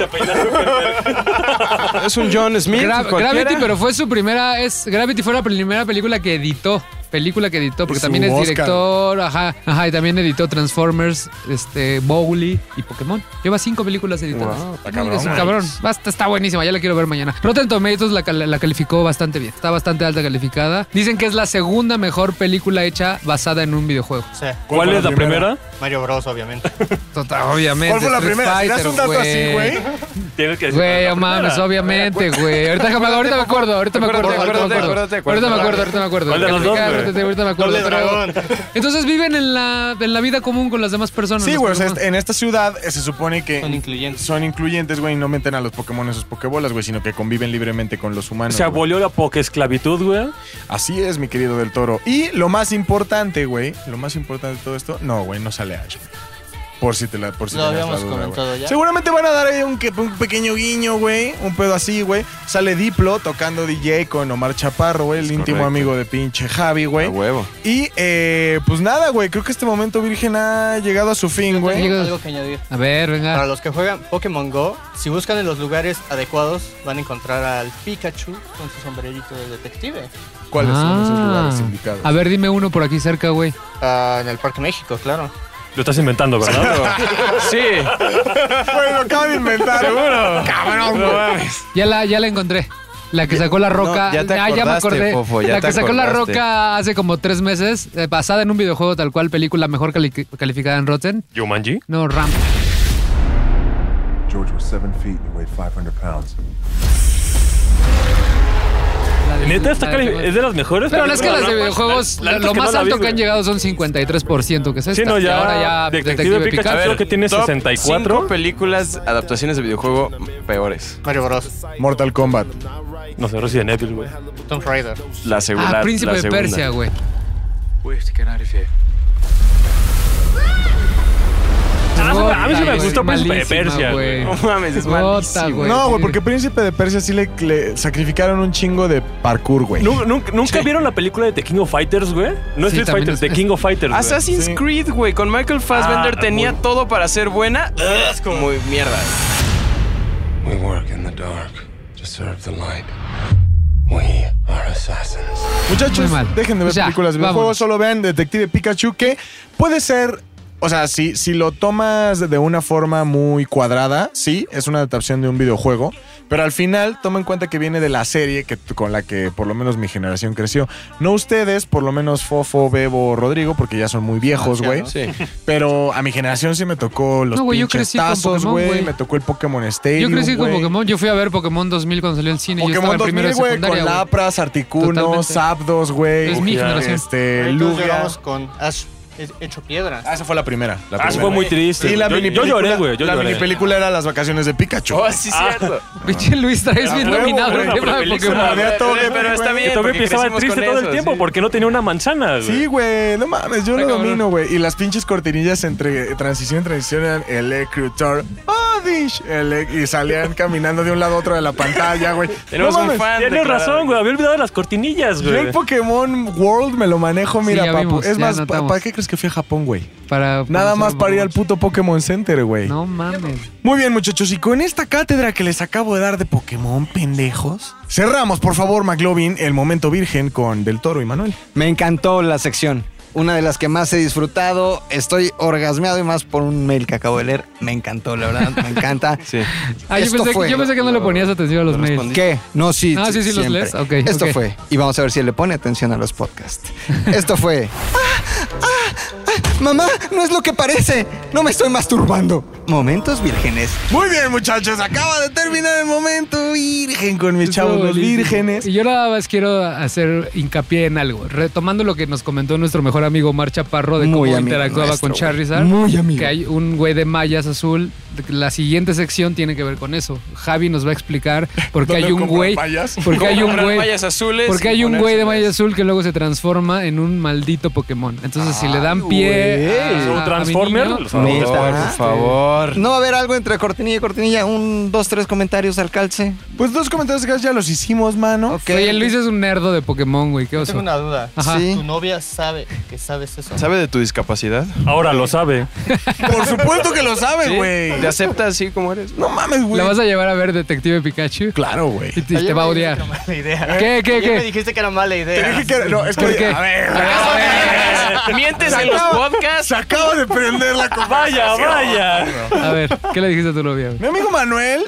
Speaker 7: Es un John Smith.
Speaker 3: Gra-
Speaker 7: cualquiera.
Speaker 3: Gravity, pero fue su primera. Es, Gravity fue la primera película que editó. Película que editó, porque
Speaker 1: Es
Speaker 3: también
Speaker 1: su
Speaker 3: es
Speaker 1: Oscar.
Speaker 3: director, ajá, ajá, y también editó Transformers, este, Bowly y Pokémon. Lleva cinco películas editadas.
Speaker 1: Wow, está
Speaker 3: No,
Speaker 1: cabrón.
Speaker 3: es un cabrón. Basta, está buenísima, ya la quiero ver mañana. Rotten Tomatoes la, cal- la calificó bastante bien. Está bastante alta calificada. Dicen que es la segunda mejor película hecha basada en un videojuego.
Speaker 8: O sea,
Speaker 4: ¿Cuál, es la primera?
Speaker 8: Mario Bros, obviamente.
Speaker 3: Total, obviamente.
Speaker 1: ¿Cuál fue la
Speaker 3: Street
Speaker 1: primera? Si das
Speaker 3: Fighter,
Speaker 1: un dato así, güey.
Speaker 4: Tienes que decir.
Speaker 3: Güey, no mames, obviamente, güey. Ahorita, me- ahorita me acuerdo, ahorita me acuerdo, ahorita me acuerdo.
Speaker 7: Acuérdate, acuérdate,
Speaker 3: Ahorita me acuerdo, ahorita me acuerdo.
Speaker 7: ¿Cuál de los dos, güey?
Speaker 3: Ahorita- Ahorita me acuerdo.
Speaker 7: Doble dragón.
Speaker 3: pero- Entonces viven en la, en la vida común con las demás personas.
Speaker 1: Sí,
Speaker 3: los
Speaker 1: güey, o sea,
Speaker 3: Pokémon.
Speaker 1: en esta ciudad eh, se supone que... Son incluyentes. Son incluyentes, güey, y no meten a los Pokémon en sus Pokébolas, güey, sino que conviven libremente con los humanos.
Speaker 4: Se abolió la pokeesclavitud, güey.
Speaker 1: Así es, mi querido del Toro. Y lo más importante, güey, lo más importante de todo esto, no, güey, no sale Ash. Por si te la, por si
Speaker 16: Lo
Speaker 1: tenías la
Speaker 16: habíamos
Speaker 1: duda, güey.
Speaker 16: comentado ya.
Speaker 1: Seguramente van a dar ahí un, que- un pequeño guiño, güey, un pedo así, güey. Sale Diplo tocando DJ con Omar Chaparro, güey, el íntimo
Speaker 7: correcto. Ah,
Speaker 1: amigo de pinche Javi, güey.
Speaker 7: huevo.
Speaker 1: Y eh, pues nada, güey, creo que este momento virgen ha llegado a su fin, güey.
Speaker 8: Tengo algo que añadir.
Speaker 3: A ver, venga.
Speaker 8: Para los que juegan Pokémon Go, si buscan en los lugares adecuados, van a encontrar al Pikachu con su sombrerito de detective.
Speaker 1: ¿Cuáles son esos
Speaker 3: Ah.
Speaker 1: lugares indicados?
Speaker 3: A ver, dime uno por aquí cerca, güey.
Speaker 8: Ah, en el Parque México, claro.
Speaker 4: Lo estás inventando, ¿verdad?
Speaker 7: sí.
Speaker 1: Güey, lo acabo de inventar.
Speaker 4: Seguro.
Speaker 1: Cabrón,
Speaker 4: No
Speaker 1: güey.
Speaker 3: Ya la, ya la encontré. La que sacó la roca.
Speaker 7: ya te
Speaker 3: ah, ya me
Speaker 7: acordaste,
Speaker 3: acordé.
Speaker 7: Fofo, ya
Speaker 3: la
Speaker 7: te
Speaker 3: que sacó la
Speaker 7: acordaste.
Speaker 3: roca hace como tres meses, eh, basada en un videojuego tal cual, película mejor cali- calificada en Rotten.
Speaker 4: ¿Yumanji?
Speaker 3: No, Ramp.
Speaker 10: George was seven feet and he weighed 500 pounds.
Speaker 4: Neta, esta cali- es de las mejores.
Speaker 3: Pero es que
Speaker 4: películas,
Speaker 3: las de
Speaker 4: ¿no?
Speaker 3: videojuegos,
Speaker 4: La- la neta
Speaker 3: lo
Speaker 4: es que
Speaker 3: más
Speaker 4: no la
Speaker 3: alto
Speaker 4: vi,
Speaker 3: que han llegado son 53%, que es esta.
Speaker 4: Sí, no,
Speaker 3: Y
Speaker 4: ya
Speaker 3: ahora ya
Speaker 4: Detective
Speaker 3: Detective,
Speaker 4: Pikachu,
Speaker 3: Pikachu.
Speaker 4: creo que tiene
Speaker 7: Top
Speaker 4: 64.
Speaker 7: cinco películas, adaptaciones de videojuego peores.
Speaker 8: Mario Bros.
Speaker 1: Mortal Kombat.
Speaker 4: No sé, Resident Evil, güey.
Speaker 8: Tomb Raider.
Speaker 7: La segunda.
Speaker 3: Ah, Príncipe
Speaker 7: la
Speaker 3: de
Speaker 7: segunda.
Speaker 3: Persia, güey.
Speaker 5: We have to get out of here.
Speaker 4: Ah,
Speaker 3: Puta,
Speaker 4: a mí sí me
Speaker 3: güey,
Speaker 4: gustó Príncipe de
Speaker 3: malísima,
Speaker 4: Persia, güey.
Speaker 7: No mames, es
Speaker 3: Puta,
Speaker 7: malísimo.
Speaker 1: no, güey, porque Príncipe de Persia sí le, le sacrificaron un chingo de parkour, güey.
Speaker 4: ¿Nun- ¿Nunca, nunca vieron la película de The King of Fighters, güey? No
Speaker 1: Sí,
Speaker 4: Street
Speaker 1: también
Speaker 4: Fighter,
Speaker 1: es-
Speaker 4: The King of Fighters. güey.
Speaker 7: Assassin's Creed, güey, con Michael Fassbender
Speaker 4: Ah,
Speaker 7: tenía
Speaker 4: muy-
Speaker 7: todo para ser buena. Es como muy mierda.
Speaker 17: We work in the dark to serve the light. We are assassins.
Speaker 1: Muchachos, dejen de ver
Speaker 17: Ya,
Speaker 1: películas de
Speaker 17: vámonos.
Speaker 1: videojuegos, solo vean Detective Pikachu, que puede ser. O sea, si, si lo tomas de una forma muy cuadrada, sí, es una adaptación de un videojuego, pero al final toma en cuenta que viene de la serie que, con la que por lo menos mi generación creció. No ustedes, por lo menos Fofo, Bebo, Rodrigo, porque ya son muy viejos, güey.
Speaker 7: Sí.
Speaker 1: Pero a mi generación sí me tocó los
Speaker 3: No, güey, yo
Speaker 1: pinches
Speaker 3: crecí con
Speaker 1: tazos,
Speaker 3: Pokémon,
Speaker 1: güey.
Speaker 3: güey.
Speaker 1: Me tocó el Pokémon Stadium,
Speaker 3: Yo crecí con
Speaker 1: güey.
Speaker 3: Pokémon. Yo fui a ver Pokémon 2000 cuando salió el cine.
Speaker 1: Pokémon
Speaker 3: yo estaba en primero
Speaker 1: 2000,
Speaker 3: de
Speaker 1: güey,
Speaker 3: secundaria,
Speaker 1: con
Speaker 3: güey.
Speaker 1: Lapras, Articuno,
Speaker 3: Totalmente.
Speaker 1: Zapdos, güey.
Speaker 3: Es mi generación.
Speaker 1: Este,
Speaker 8: Entonces
Speaker 1: Lugia.
Speaker 8: llegamos con Ash he- hecho piedra.
Speaker 1: Ah, esa fue la primera. La
Speaker 4: Ah,
Speaker 1: primera.
Speaker 4: eso fue muy triste.
Speaker 1: Y la
Speaker 4: Yo-
Speaker 1: mini
Speaker 4: yo lloré, güey, yo
Speaker 1: La
Speaker 4: lloré.
Speaker 1: mini película era Las vacaciones de Pikachu.
Speaker 7: Oh, sí,
Speaker 4: Ah.
Speaker 7: cierto.
Speaker 3: Pinche Luis traes
Speaker 1: Ah,
Speaker 3: bien
Speaker 1: huevo,
Speaker 3: dominado
Speaker 1: güey,
Speaker 3: el
Speaker 1: la
Speaker 3: tema de
Speaker 1: película,
Speaker 3: Pokémon.
Speaker 1: güey, todo
Speaker 7: Pero- pero está
Speaker 4: También
Speaker 7: bien, porque
Speaker 4: estaba
Speaker 7: crecimos
Speaker 4: triste
Speaker 7: con
Speaker 4: todo el
Speaker 7: eso,
Speaker 4: tiempo
Speaker 7: sí.
Speaker 4: porque no tenía una manzana, güey.
Speaker 1: Sí, güey, no mames, yo
Speaker 4: Está
Speaker 1: lo
Speaker 4: cabrón.
Speaker 1: domino, güey. Y las pinches cortinillas entre transición y transición eran Electrotor, Oddish, ele- y salían caminando de un lado a otro de la pantalla, güey.
Speaker 4: Tenemos
Speaker 1: No
Speaker 4: un
Speaker 1: mames.
Speaker 4: fan. Tienes razón, güey. Había olvidado las cortinillas,
Speaker 1: Yo el
Speaker 4: güey.
Speaker 1: Pokémon World me lo manejo, mira,
Speaker 3: ya
Speaker 1: papu.
Speaker 3: vimos,
Speaker 1: es
Speaker 3: ya
Speaker 1: más, pa-
Speaker 3: anotamos.
Speaker 1: ¿para qué crees que fui a Japón, güey?
Speaker 3: Para
Speaker 1: Nada
Speaker 3: conocer
Speaker 1: más
Speaker 3: a
Speaker 1: para ir
Speaker 3: Pokémon.
Speaker 1: al puto Pokémon Center, güey.
Speaker 3: No mames.
Speaker 1: Muy bien, muchachos, y con esta cátedra que les acabo de dar de Pokémon, pendejos. Cerramos, por favor, McLovin, el momento virgen con Del Toro y Manuel.
Speaker 2: Me encantó la sección. Una de las que más he disfrutado. Estoy orgasmeado y más por un mail que acabo de leer. Me encantó, la verdad. Me encanta.
Speaker 7: Sí.
Speaker 3: Ah, yo
Speaker 2: Esto
Speaker 3: pensé, que,
Speaker 2: fue
Speaker 3: yo pensé que no le ponías atención a los mails.
Speaker 2: ¿Qué? No, sí.
Speaker 3: Ah, sí, sí, los
Speaker 2: siempre.
Speaker 3: lees. Ok.
Speaker 2: Esto
Speaker 3: ok.
Speaker 2: fue. Y vamos a ver si le pone atención a los podcasts. Esto fue. "Ah, Mamá, no es lo que parece. No me estoy masturbando. Momentos vírgenes.
Speaker 1: Muy bien, muchachos, acaba de terminar el momento virgen con mis
Speaker 3: Estuvo
Speaker 1: chavos, los
Speaker 3: buenísimo.
Speaker 1: vírgenes.
Speaker 3: Y yo nada más quiero hacer hincapié en algo. Retomando lo que nos comentó nuestro mejor amigo Omar Chaparro de
Speaker 2: Muy
Speaker 3: cómo
Speaker 2: amigo
Speaker 3: interactuaba
Speaker 2: nuestro,
Speaker 3: con
Speaker 2: güey.
Speaker 3: Charizard.
Speaker 2: Muy amigo.
Speaker 3: Que hay un güey de mallas azul. La siguiente sección tiene que ver con eso. Javi nos va a explicar por qué
Speaker 7: ¿Dónde
Speaker 3: hay un
Speaker 7: compran
Speaker 3: güey.
Speaker 7: mallas?
Speaker 3: por qué
Speaker 7: ¿Cómo
Speaker 3: hay un
Speaker 7: comprar
Speaker 3: güey.
Speaker 7: mallas azules
Speaker 3: Porque
Speaker 7: y
Speaker 3: hay un güey de
Speaker 7: ponérselas?
Speaker 3: malla azul que luego se transforma en un maldito Pokémon. Entonces, si le dan pie.
Speaker 4: Ah,
Speaker 7: güey.
Speaker 3: a-
Speaker 7: ¿Un
Speaker 3: a mi
Speaker 7: Transformer?
Speaker 3: niño-
Speaker 7: Por favor, por favor.
Speaker 2: ¿No va a haber algo entre cortinilla y cortinilla? ¿Un, dos, tres comentarios al calce?
Speaker 1: Pues dos comentarios que ya los hicimos, mano.
Speaker 2: Ok.
Speaker 3: Oye, Luis es un nerdo de Pokémon, güey. Qué
Speaker 8: Yo
Speaker 3: oso.
Speaker 8: tengo una duda.
Speaker 2: Ah,
Speaker 3: Ajá.
Speaker 8: ¿Tu novia sabe que sabes eso?
Speaker 7: ¿Sabe de tu discapacidad?
Speaker 4: Ahora lo sabe.
Speaker 1: Por supuesto que lo sabe,
Speaker 7: Sí,
Speaker 1: güey.
Speaker 7: ¿Te acepta así como eres?
Speaker 1: No mames, güey.
Speaker 3: ¿La vas a llevar a ver Detective Pikachu?
Speaker 1: Claro, güey.
Speaker 3: Y te, te va a odiar.
Speaker 8: Mala idea.
Speaker 3: ¿Qué, qué,
Speaker 8: Ayer
Speaker 3: qué?
Speaker 8: me dijiste que era mala idea.
Speaker 1: Te dije que era- no, es que
Speaker 3: ¿Por qué?
Speaker 1: a ver,
Speaker 7: ¿Mientes
Speaker 1: Este Se
Speaker 7: en los
Speaker 1: acaba-
Speaker 7: podcasts?
Speaker 1: se acaba de prender la
Speaker 4: Vaya,
Speaker 1: conversación.
Speaker 4: vaya.
Speaker 3: A ver, ¿qué le dijiste a tu novia? güey?
Speaker 1: Mi amigo Manuel,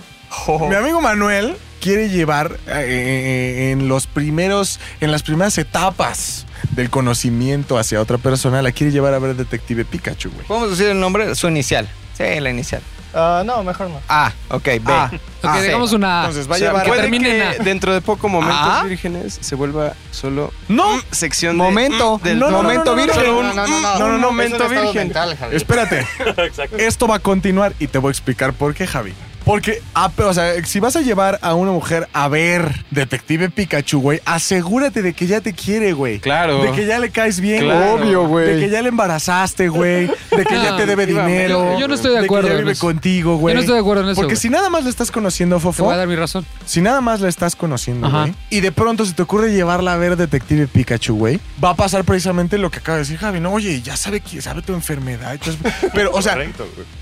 Speaker 1: mi amigo Manuel quiere llevar eh, en los primeros, en las primeras etapas del conocimiento hacia otra persona, la quiere llevar a ver Detective Pikachu, güey.
Speaker 2: ¿Podemos decir el nombre? Su inicial. Sí, la inicial.
Speaker 8: Ah, no, mejor no.
Speaker 2: Ah, ok, B.
Speaker 8: Ah,
Speaker 3: ok, dejamos una A.
Speaker 7: Entonces va a llevar
Speaker 3: que
Speaker 7: puede
Speaker 3: termine
Speaker 7: que
Speaker 3: en A.
Speaker 7: dentro de poco momentos
Speaker 3: Ah.
Speaker 7: vírgenes se vuelva solo
Speaker 1: no
Speaker 7: sección de-
Speaker 2: Mm, Momento.
Speaker 7: del
Speaker 2: No, no, no, no,
Speaker 7: momento
Speaker 2: no,
Speaker 7: virgen.
Speaker 2: no, no, no, no, no,
Speaker 7: no,
Speaker 2: no, no,
Speaker 7: momento
Speaker 2: es un estado
Speaker 7: virgen.
Speaker 2: mental, Javier.
Speaker 1: Espérate. Esto va a continuar y te voy a explicar por qué, Javi. Porque, ah, pero, o sea, si vas a llevar a una mujer a ver Detective Pikachu, güey, asegúrate de que ya te quiere, güey.
Speaker 7: Claro.
Speaker 1: De que ya le caes bien.
Speaker 7: Claro. Obvio, güey.
Speaker 1: De que ya le embarazaste, güey. De que ya
Speaker 3: No,
Speaker 1: te debe
Speaker 3: yo-
Speaker 1: dinero.
Speaker 3: yo- yo no estoy de
Speaker 1: De
Speaker 3: acuerdo
Speaker 1: que ya
Speaker 3: en
Speaker 1: vive
Speaker 3: eso.
Speaker 1: contigo, güey.
Speaker 3: Yo no estoy de acuerdo en eso,
Speaker 1: Porque
Speaker 3: güey.
Speaker 1: si nada más le estás conociendo, Fofo.
Speaker 3: Te voy a dar mi razón.
Speaker 1: Si nada más la estás conociendo,
Speaker 3: Ajá.
Speaker 1: güey, y de pronto se te ocurre llevarla a ver Detective Pikachu, güey, va a pasar precisamente lo que acaba de decir Javi, ¿no? Oye, ya sabe que sabe tu enfermedad. entonces- pero, o sea,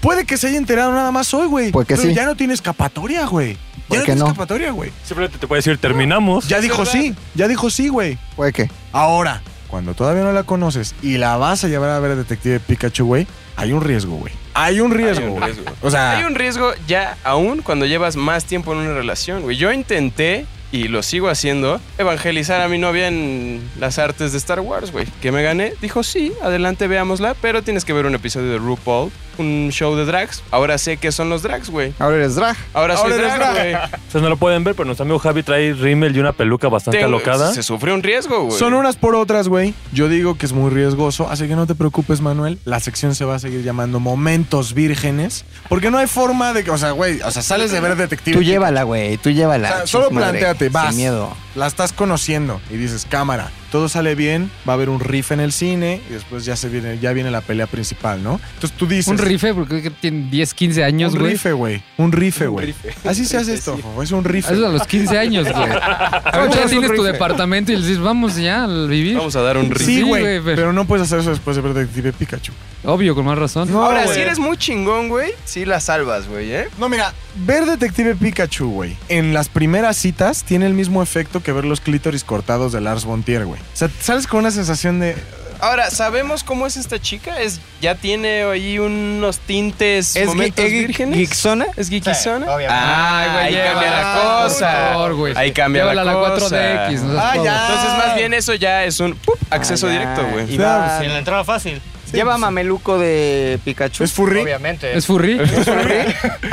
Speaker 1: puede que se haya enterado nada más hoy, güey.
Speaker 2: Pues que
Speaker 1: pero
Speaker 2: sí.
Speaker 1: ya no tiene escapatoria, güey. Ya no
Speaker 2: que
Speaker 1: tiene
Speaker 2: no?
Speaker 1: escapatoria, güey.
Speaker 4: Simplemente te puede decir, terminamos.
Speaker 1: Ya dijo sí, ya dijo sí, güey.
Speaker 2: Puede que.
Speaker 1: Ahora, cuando todavía no la conoces y la vas a llevar a ver Detective Pikachu, güey, hay un riesgo, güey. Hay un riesgo.
Speaker 7: Hay un
Speaker 1: güey.
Speaker 7: riesgo.
Speaker 1: O sea,
Speaker 7: hay un riesgo ya aún cuando llevas más tiempo en una relación, güey. Yo intenté y lo sigo haciendo, evangelizar a mi novia en las artes de Star Wars, güey. Que me gané. Dijo, sí, adelante, veámosla, pero tienes que ver un episodio de RuPaul, un show de drags. Ahora sé qué son los drags, güey.
Speaker 2: Ahora eres drag.
Speaker 7: Ahora soy
Speaker 2: Ahora eres
Speaker 7: drag,
Speaker 2: drag.
Speaker 7: güey.
Speaker 4: Ustedes no lo pueden ver, pero nuestro amigo Javi trae rímel y una peluca bastante
Speaker 7: Tengo-
Speaker 4: alocada.
Speaker 7: Se sufre un riesgo, güey.
Speaker 1: Son unas por otras, güey. Yo digo que es muy riesgoso, así que no te preocupes, Manuel. La sección se va a seguir llamando Momentos Vírgenes, porque no hay forma de que, o sea, güey, o sea, sales de ver detective.
Speaker 2: Tú llévala, güey. Tú
Speaker 1: O
Speaker 2: llévala.
Speaker 1: sea, solo
Speaker 2: Chis madre,
Speaker 1: planteate, vas.
Speaker 2: Sin miedo.
Speaker 1: La estás conociendo y dices, cámara, todo sale bien, va a haber un riff en el cine y después ya se viene, ya viene la pelea principal, ¿no? Entonces tú dices.
Speaker 3: Un rife, porque creo que tienen 10, 15 años,
Speaker 1: Un
Speaker 3: güey.
Speaker 1: rife, güey. Un rife, güey. Así se hace esto, fofo, es un rife.
Speaker 3: Eso es a los 15 años, güey. Ahorita ya
Speaker 1: Es un
Speaker 3: tienes tu
Speaker 1: rife.
Speaker 3: departamento y le dices, vamos ya a vivir.
Speaker 7: Vamos a dar un riesgo.
Speaker 3: Sí,
Speaker 1: Sí, güey.
Speaker 3: güey, pero-
Speaker 1: pero no puedes hacer eso después de ver Detective Pikachu.
Speaker 3: Obvio, con más razón.
Speaker 7: Ahora,
Speaker 1: güey.
Speaker 7: si eres muy chingón, güey, sí la salvas, güey, ¿eh?
Speaker 1: No, mira, ver Detective Pikachu, güey, en las primeras citas tiene el mismo efecto que ver los clítoris cortados de Lars von Trier, güey. O sea, sales con una sensación de...
Speaker 7: Ahora, ¿sabemos cómo es esta chica? Es, ya tiene ahí unos tintes
Speaker 2: ¿Es, gui-
Speaker 7: momentos
Speaker 2: es gui-
Speaker 7: vírgenes.
Speaker 2: geeksona?
Speaker 7: ¿Es geekizona?
Speaker 8: Sí, obviamente.
Speaker 7: ah, güey, ahí
Speaker 3: Llévala,
Speaker 7: cambia la
Speaker 3: por
Speaker 7: cosa.
Speaker 3: favor, güey.
Speaker 7: ahí cambia
Speaker 3: Llévala
Speaker 7: la,
Speaker 3: a la
Speaker 7: cosa.
Speaker 3: 4DX, no seas
Speaker 7: ah,
Speaker 3: pavo.
Speaker 7: ya. Entonces, más bien eso ya es un ¡pup! acceso
Speaker 2: Ah, ya.
Speaker 7: directo,
Speaker 2: Y
Speaker 7: güey.
Speaker 2: va-
Speaker 8: Sin la entrada fácil.
Speaker 2: Lleva mameluco de Pikachu.
Speaker 1: ¿Es furry?
Speaker 8: Obviamente.
Speaker 3: ¿Es furry?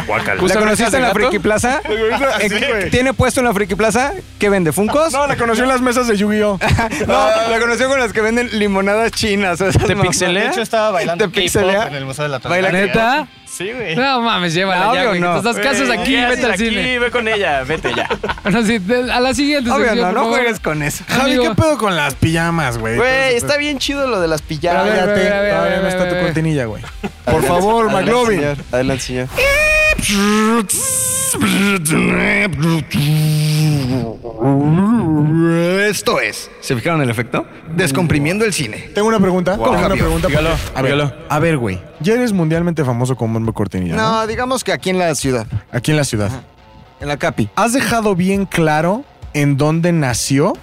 Speaker 4: Guácala.
Speaker 2: ¿La
Speaker 7: orejas
Speaker 2: conociste
Speaker 7: de
Speaker 2: en la
Speaker 7: gato?
Speaker 2: Friki Plaza?
Speaker 1: Así, güey.
Speaker 2: ¿Tiene puesto en la Friki Plaza que vende funcos?
Speaker 1: No, la conoció en las mesas de Yu-Gi-Oh!
Speaker 2: No, la conoció con las que venden limonadas chinas. o esas
Speaker 7: ¿Te
Speaker 2: mamás.
Speaker 8: De
Speaker 7: pixelea?
Speaker 8: hecho, estaba bailando
Speaker 2: ¿Te
Speaker 8: K-pop
Speaker 2: pixelea?
Speaker 8: en el Museo de la Tolerancia.
Speaker 2: ¿Baila
Speaker 3: ¿Neta?
Speaker 8: Sí, güey.
Speaker 3: No mames, llévala
Speaker 2: No,
Speaker 3: ya,
Speaker 2: obvio
Speaker 3: güey.
Speaker 2: no.
Speaker 3: Estás casas aquí,
Speaker 7: ¿Qué haces
Speaker 3: vete al
Speaker 7: aquí?
Speaker 3: cine.
Speaker 7: Ve con ella, vete ya.
Speaker 3: Bueno, sí, de- a la siguiente
Speaker 2: Obvio,
Speaker 3: sección, por
Speaker 2: no, no
Speaker 3: favor.
Speaker 2: juegues con eso.
Speaker 1: Javi,
Speaker 3: Amigo.
Speaker 1: ¿qué pedo con las pijamas, güey?
Speaker 7: Güey, está bien chido lo de las
Speaker 1: Cállate,
Speaker 7: pijamas.
Speaker 3: A ver, a ver, a ver, a
Speaker 1: todavía
Speaker 3: ver,
Speaker 1: no está
Speaker 3: a ver.
Speaker 1: tu pues, cortinilla, güey. Por favor,
Speaker 7: Adelante,
Speaker 1: McLovin.
Speaker 7: señor. Adelante, señor.
Speaker 2: Esto es, ¿se fijaron el efecto? Descomprimiendo el cine.
Speaker 1: Tengo una pregunta.
Speaker 2: Wow.
Speaker 1: Tengo una pregunta.
Speaker 7: Dígalo,
Speaker 1: A ver,
Speaker 7: dígalo.
Speaker 1: a ver, güey. Ya eres mundialmente famoso como Bombo Cortinilla, ¿no?
Speaker 2: No, digamos que aquí en la ciudad,
Speaker 1: Aquí en la ciudad.
Speaker 2: en la Capi.
Speaker 1: ¿Has dejado bien claro en dónde nació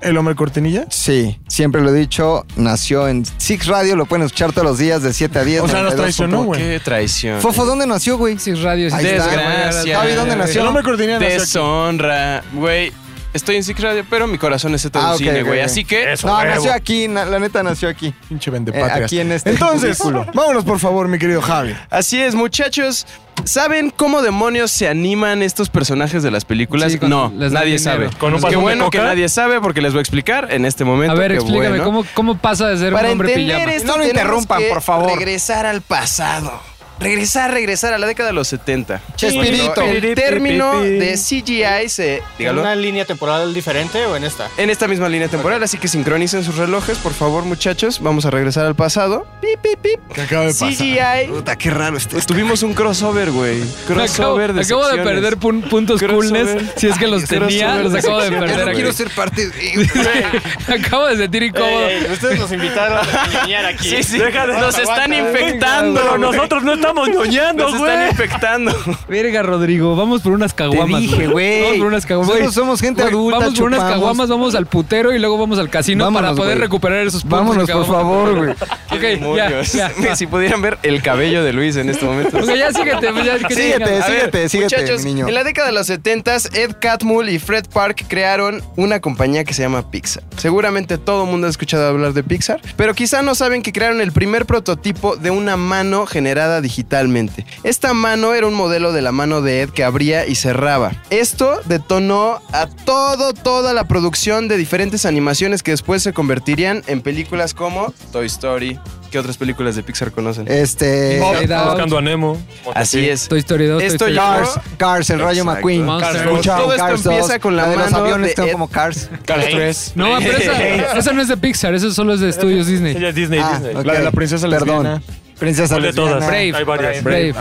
Speaker 1: el hombre cortinilla?
Speaker 2: Sí, siempre lo he dicho, nació en Six Radio, lo pueden escuchar todos los días de 7 a 10.
Speaker 1: O sea, nos
Speaker 2: 92.
Speaker 1: traicionó, güey.
Speaker 7: Oh, Qué traición.
Speaker 2: Fofo, ¿dónde nació, güey?
Speaker 3: Sí, radio. sí.
Speaker 2: Ahí está.
Speaker 7: Desgracia.
Speaker 2: Javi, ¿dónde nació?
Speaker 1: El hombre cortinilla nació aquí.
Speaker 7: Deshonra. Güey, estoy en Six Radio, pero mi corazón es
Speaker 2: Ah,
Speaker 7: Z
Speaker 2: ok,
Speaker 7: cine,
Speaker 2: ok,
Speaker 7: güey.
Speaker 2: ok.
Speaker 7: Así que.
Speaker 4: Eso,
Speaker 2: No,
Speaker 4: huevo.
Speaker 2: nació aquí, na- la neta nació aquí.
Speaker 1: Pinche
Speaker 2: Eh,
Speaker 1: vendepatrias.
Speaker 2: aquí en este
Speaker 1: Entonces,
Speaker 2: cubículo.
Speaker 1: vámonos por favor, mi querido Javi.
Speaker 7: Así es, muchachos. ¿Saben cómo demonios se animan estos personajes de las películas?
Speaker 3: Sí, con-
Speaker 7: no,
Speaker 3: les dan
Speaker 7: nadie
Speaker 3: dinero.
Speaker 7: sabe.
Speaker 4: Con un
Speaker 7: Qué
Speaker 4: vasón de
Speaker 7: bueno
Speaker 4: coca.
Speaker 7: que nadie sabe porque les voy a explicar en este momento.
Speaker 3: A ver,
Speaker 7: Qué
Speaker 3: explícame,
Speaker 7: bueno.
Speaker 3: ¿cómo, ¿cómo pasa de ser
Speaker 7: Para
Speaker 3: un hombre
Speaker 7: entender
Speaker 3: pijama?
Speaker 7: esto,
Speaker 2: No lo
Speaker 7: tenemos
Speaker 2: interrumpan,
Speaker 7: que
Speaker 2: por favor.
Speaker 7: Regresar al pasado. Regresar, regresar a la década de los 70.
Speaker 2: Chespirito.
Speaker 7: Cuando El término de CGI se.
Speaker 8: ¿En
Speaker 7: Dígalo.
Speaker 8: una línea temporal diferente o en esta?
Speaker 7: en esta misma línea temporal, así que sincronicen sus relojes, por favor, muchachos. Vamos a regresar al pasado. Pip, pip, pip.
Speaker 1: ¿Qué acaba de pasar?
Speaker 7: CGI.
Speaker 2: Puta, qué raro este.
Speaker 7: Tuvimos un crossover, güey.
Speaker 3: Me acabo,
Speaker 7: Crossover de
Speaker 3: acabo de
Speaker 7: secciones.
Speaker 3: perder pun- puntos
Speaker 7: Crossover.
Speaker 3: coolness. Si es que los
Speaker 7: Crossover
Speaker 3: tenía,
Speaker 7: de
Speaker 3: los acabo de
Speaker 7: secciones,
Speaker 3: perder
Speaker 7: güey.
Speaker 3: aquí.
Speaker 2: Quiero ser parte de...
Speaker 3: Acabo de sentir incómodo.
Speaker 8: Ey, ustedes nos invitaron a enseñar aquí.
Speaker 7: Sí, sí. Nos están infectando.
Speaker 4: Pero
Speaker 7: güey.
Speaker 4: nosotros no estamos ñoñando,
Speaker 7: Nos
Speaker 4: güey.
Speaker 7: están infectando.
Speaker 3: Verga, Rodrigo, vamos por unas caguamas.
Speaker 7: dije, güey.
Speaker 3: Vamos por unas caguamas. Güey,
Speaker 7: Nosotros somos gente
Speaker 3: güey,
Speaker 7: adulta,
Speaker 3: Vamos por unas
Speaker 7: chupamos.
Speaker 3: caguamas, vamos al putero y luego vamos al casino para
Speaker 7: Vámonos,
Speaker 3: poder
Speaker 7: güey.
Speaker 3: recuperar esos puntos.
Speaker 7: Vámonos,
Speaker 3: que
Speaker 7: por
Speaker 3: acabamos de
Speaker 7: favor,
Speaker 3: perder. Ok, ya,
Speaker 7: Demonios.
Speaker 3: ya.
Speaker 7: si pudieran ver el cabello de Luis en este momento.
Speaker 3: Ok, ya síguete, pues, ya que
Speaker 7: síguete,
Speaker 3: sigan.
Speaker 7: síguete,
Speaker 3: A ver,
Speaker 7: síguete,
Speaker 3: muchachos,
Speaker 7: niño. En la década de los 70 Ed Catmull y Fred Park crearon una compañía que se llama Pixar. Seguramente todo el mundo ha escuchado hablar de Pixar, pero quizá no saben que crearon el primer prototipo de una mano generada digitalmente. Esta mano era un modelo de la mano de Ed que abría y cerraba. Esto detonó a todo, toda la producción de diferentes animaciones que después se convertirían en películas como Toy Story. ¿Qué otras películas de Pixar conocen?
Speaker 2: Este.
Speaker 7: Bob,
Speaker 3: Inside Out.
Speaker 7: Buscando a Nemo. Así es.
Speaker 3: Toy Story 2. Toy
Speaker 7: Esto
Speaker 3: Story
Speaker 7: ya-
Speaker 3: 2.
Speaker 2: Cars, Cars, el rayo
Speaker 7: Exacto.
Speaker 2: McQueen.
Speaker 7: Cars
Speaker 2: Cars,
Speaker 7: dos.
Speaker 2: Mucho,
Speaker 7: Todo esto
Speaker 2: Cars dos.
Speaker 7: empieza con la
Speaker 2: de los
Speaker 7: mano
Speaker 2: aviones
Speaker 7: de
Speaker 2: están
Speaker 7: Ed.
Speaker 2: como Cars. Ah,
Speaker 7: Cars tres.
Speaker 3: No, pero esa, esa no es de Pixar, eso solo es de estudios Disney.
Speaker 4: Ella es Disney,
Speaker 2: Ah,
Speaker 4: Disney.
Speaker 2: ok. La de la princesa
Speaker 7: Perdón.
Speaker 2: lesbiana. Princesa
Speaker 4: ¿Cuál de
Speaker 2: lesbiana.
Speaker 4: todas?
Speaker 3: Brave.
Speaker 4: Hay varias.
Speaker 3: Brave.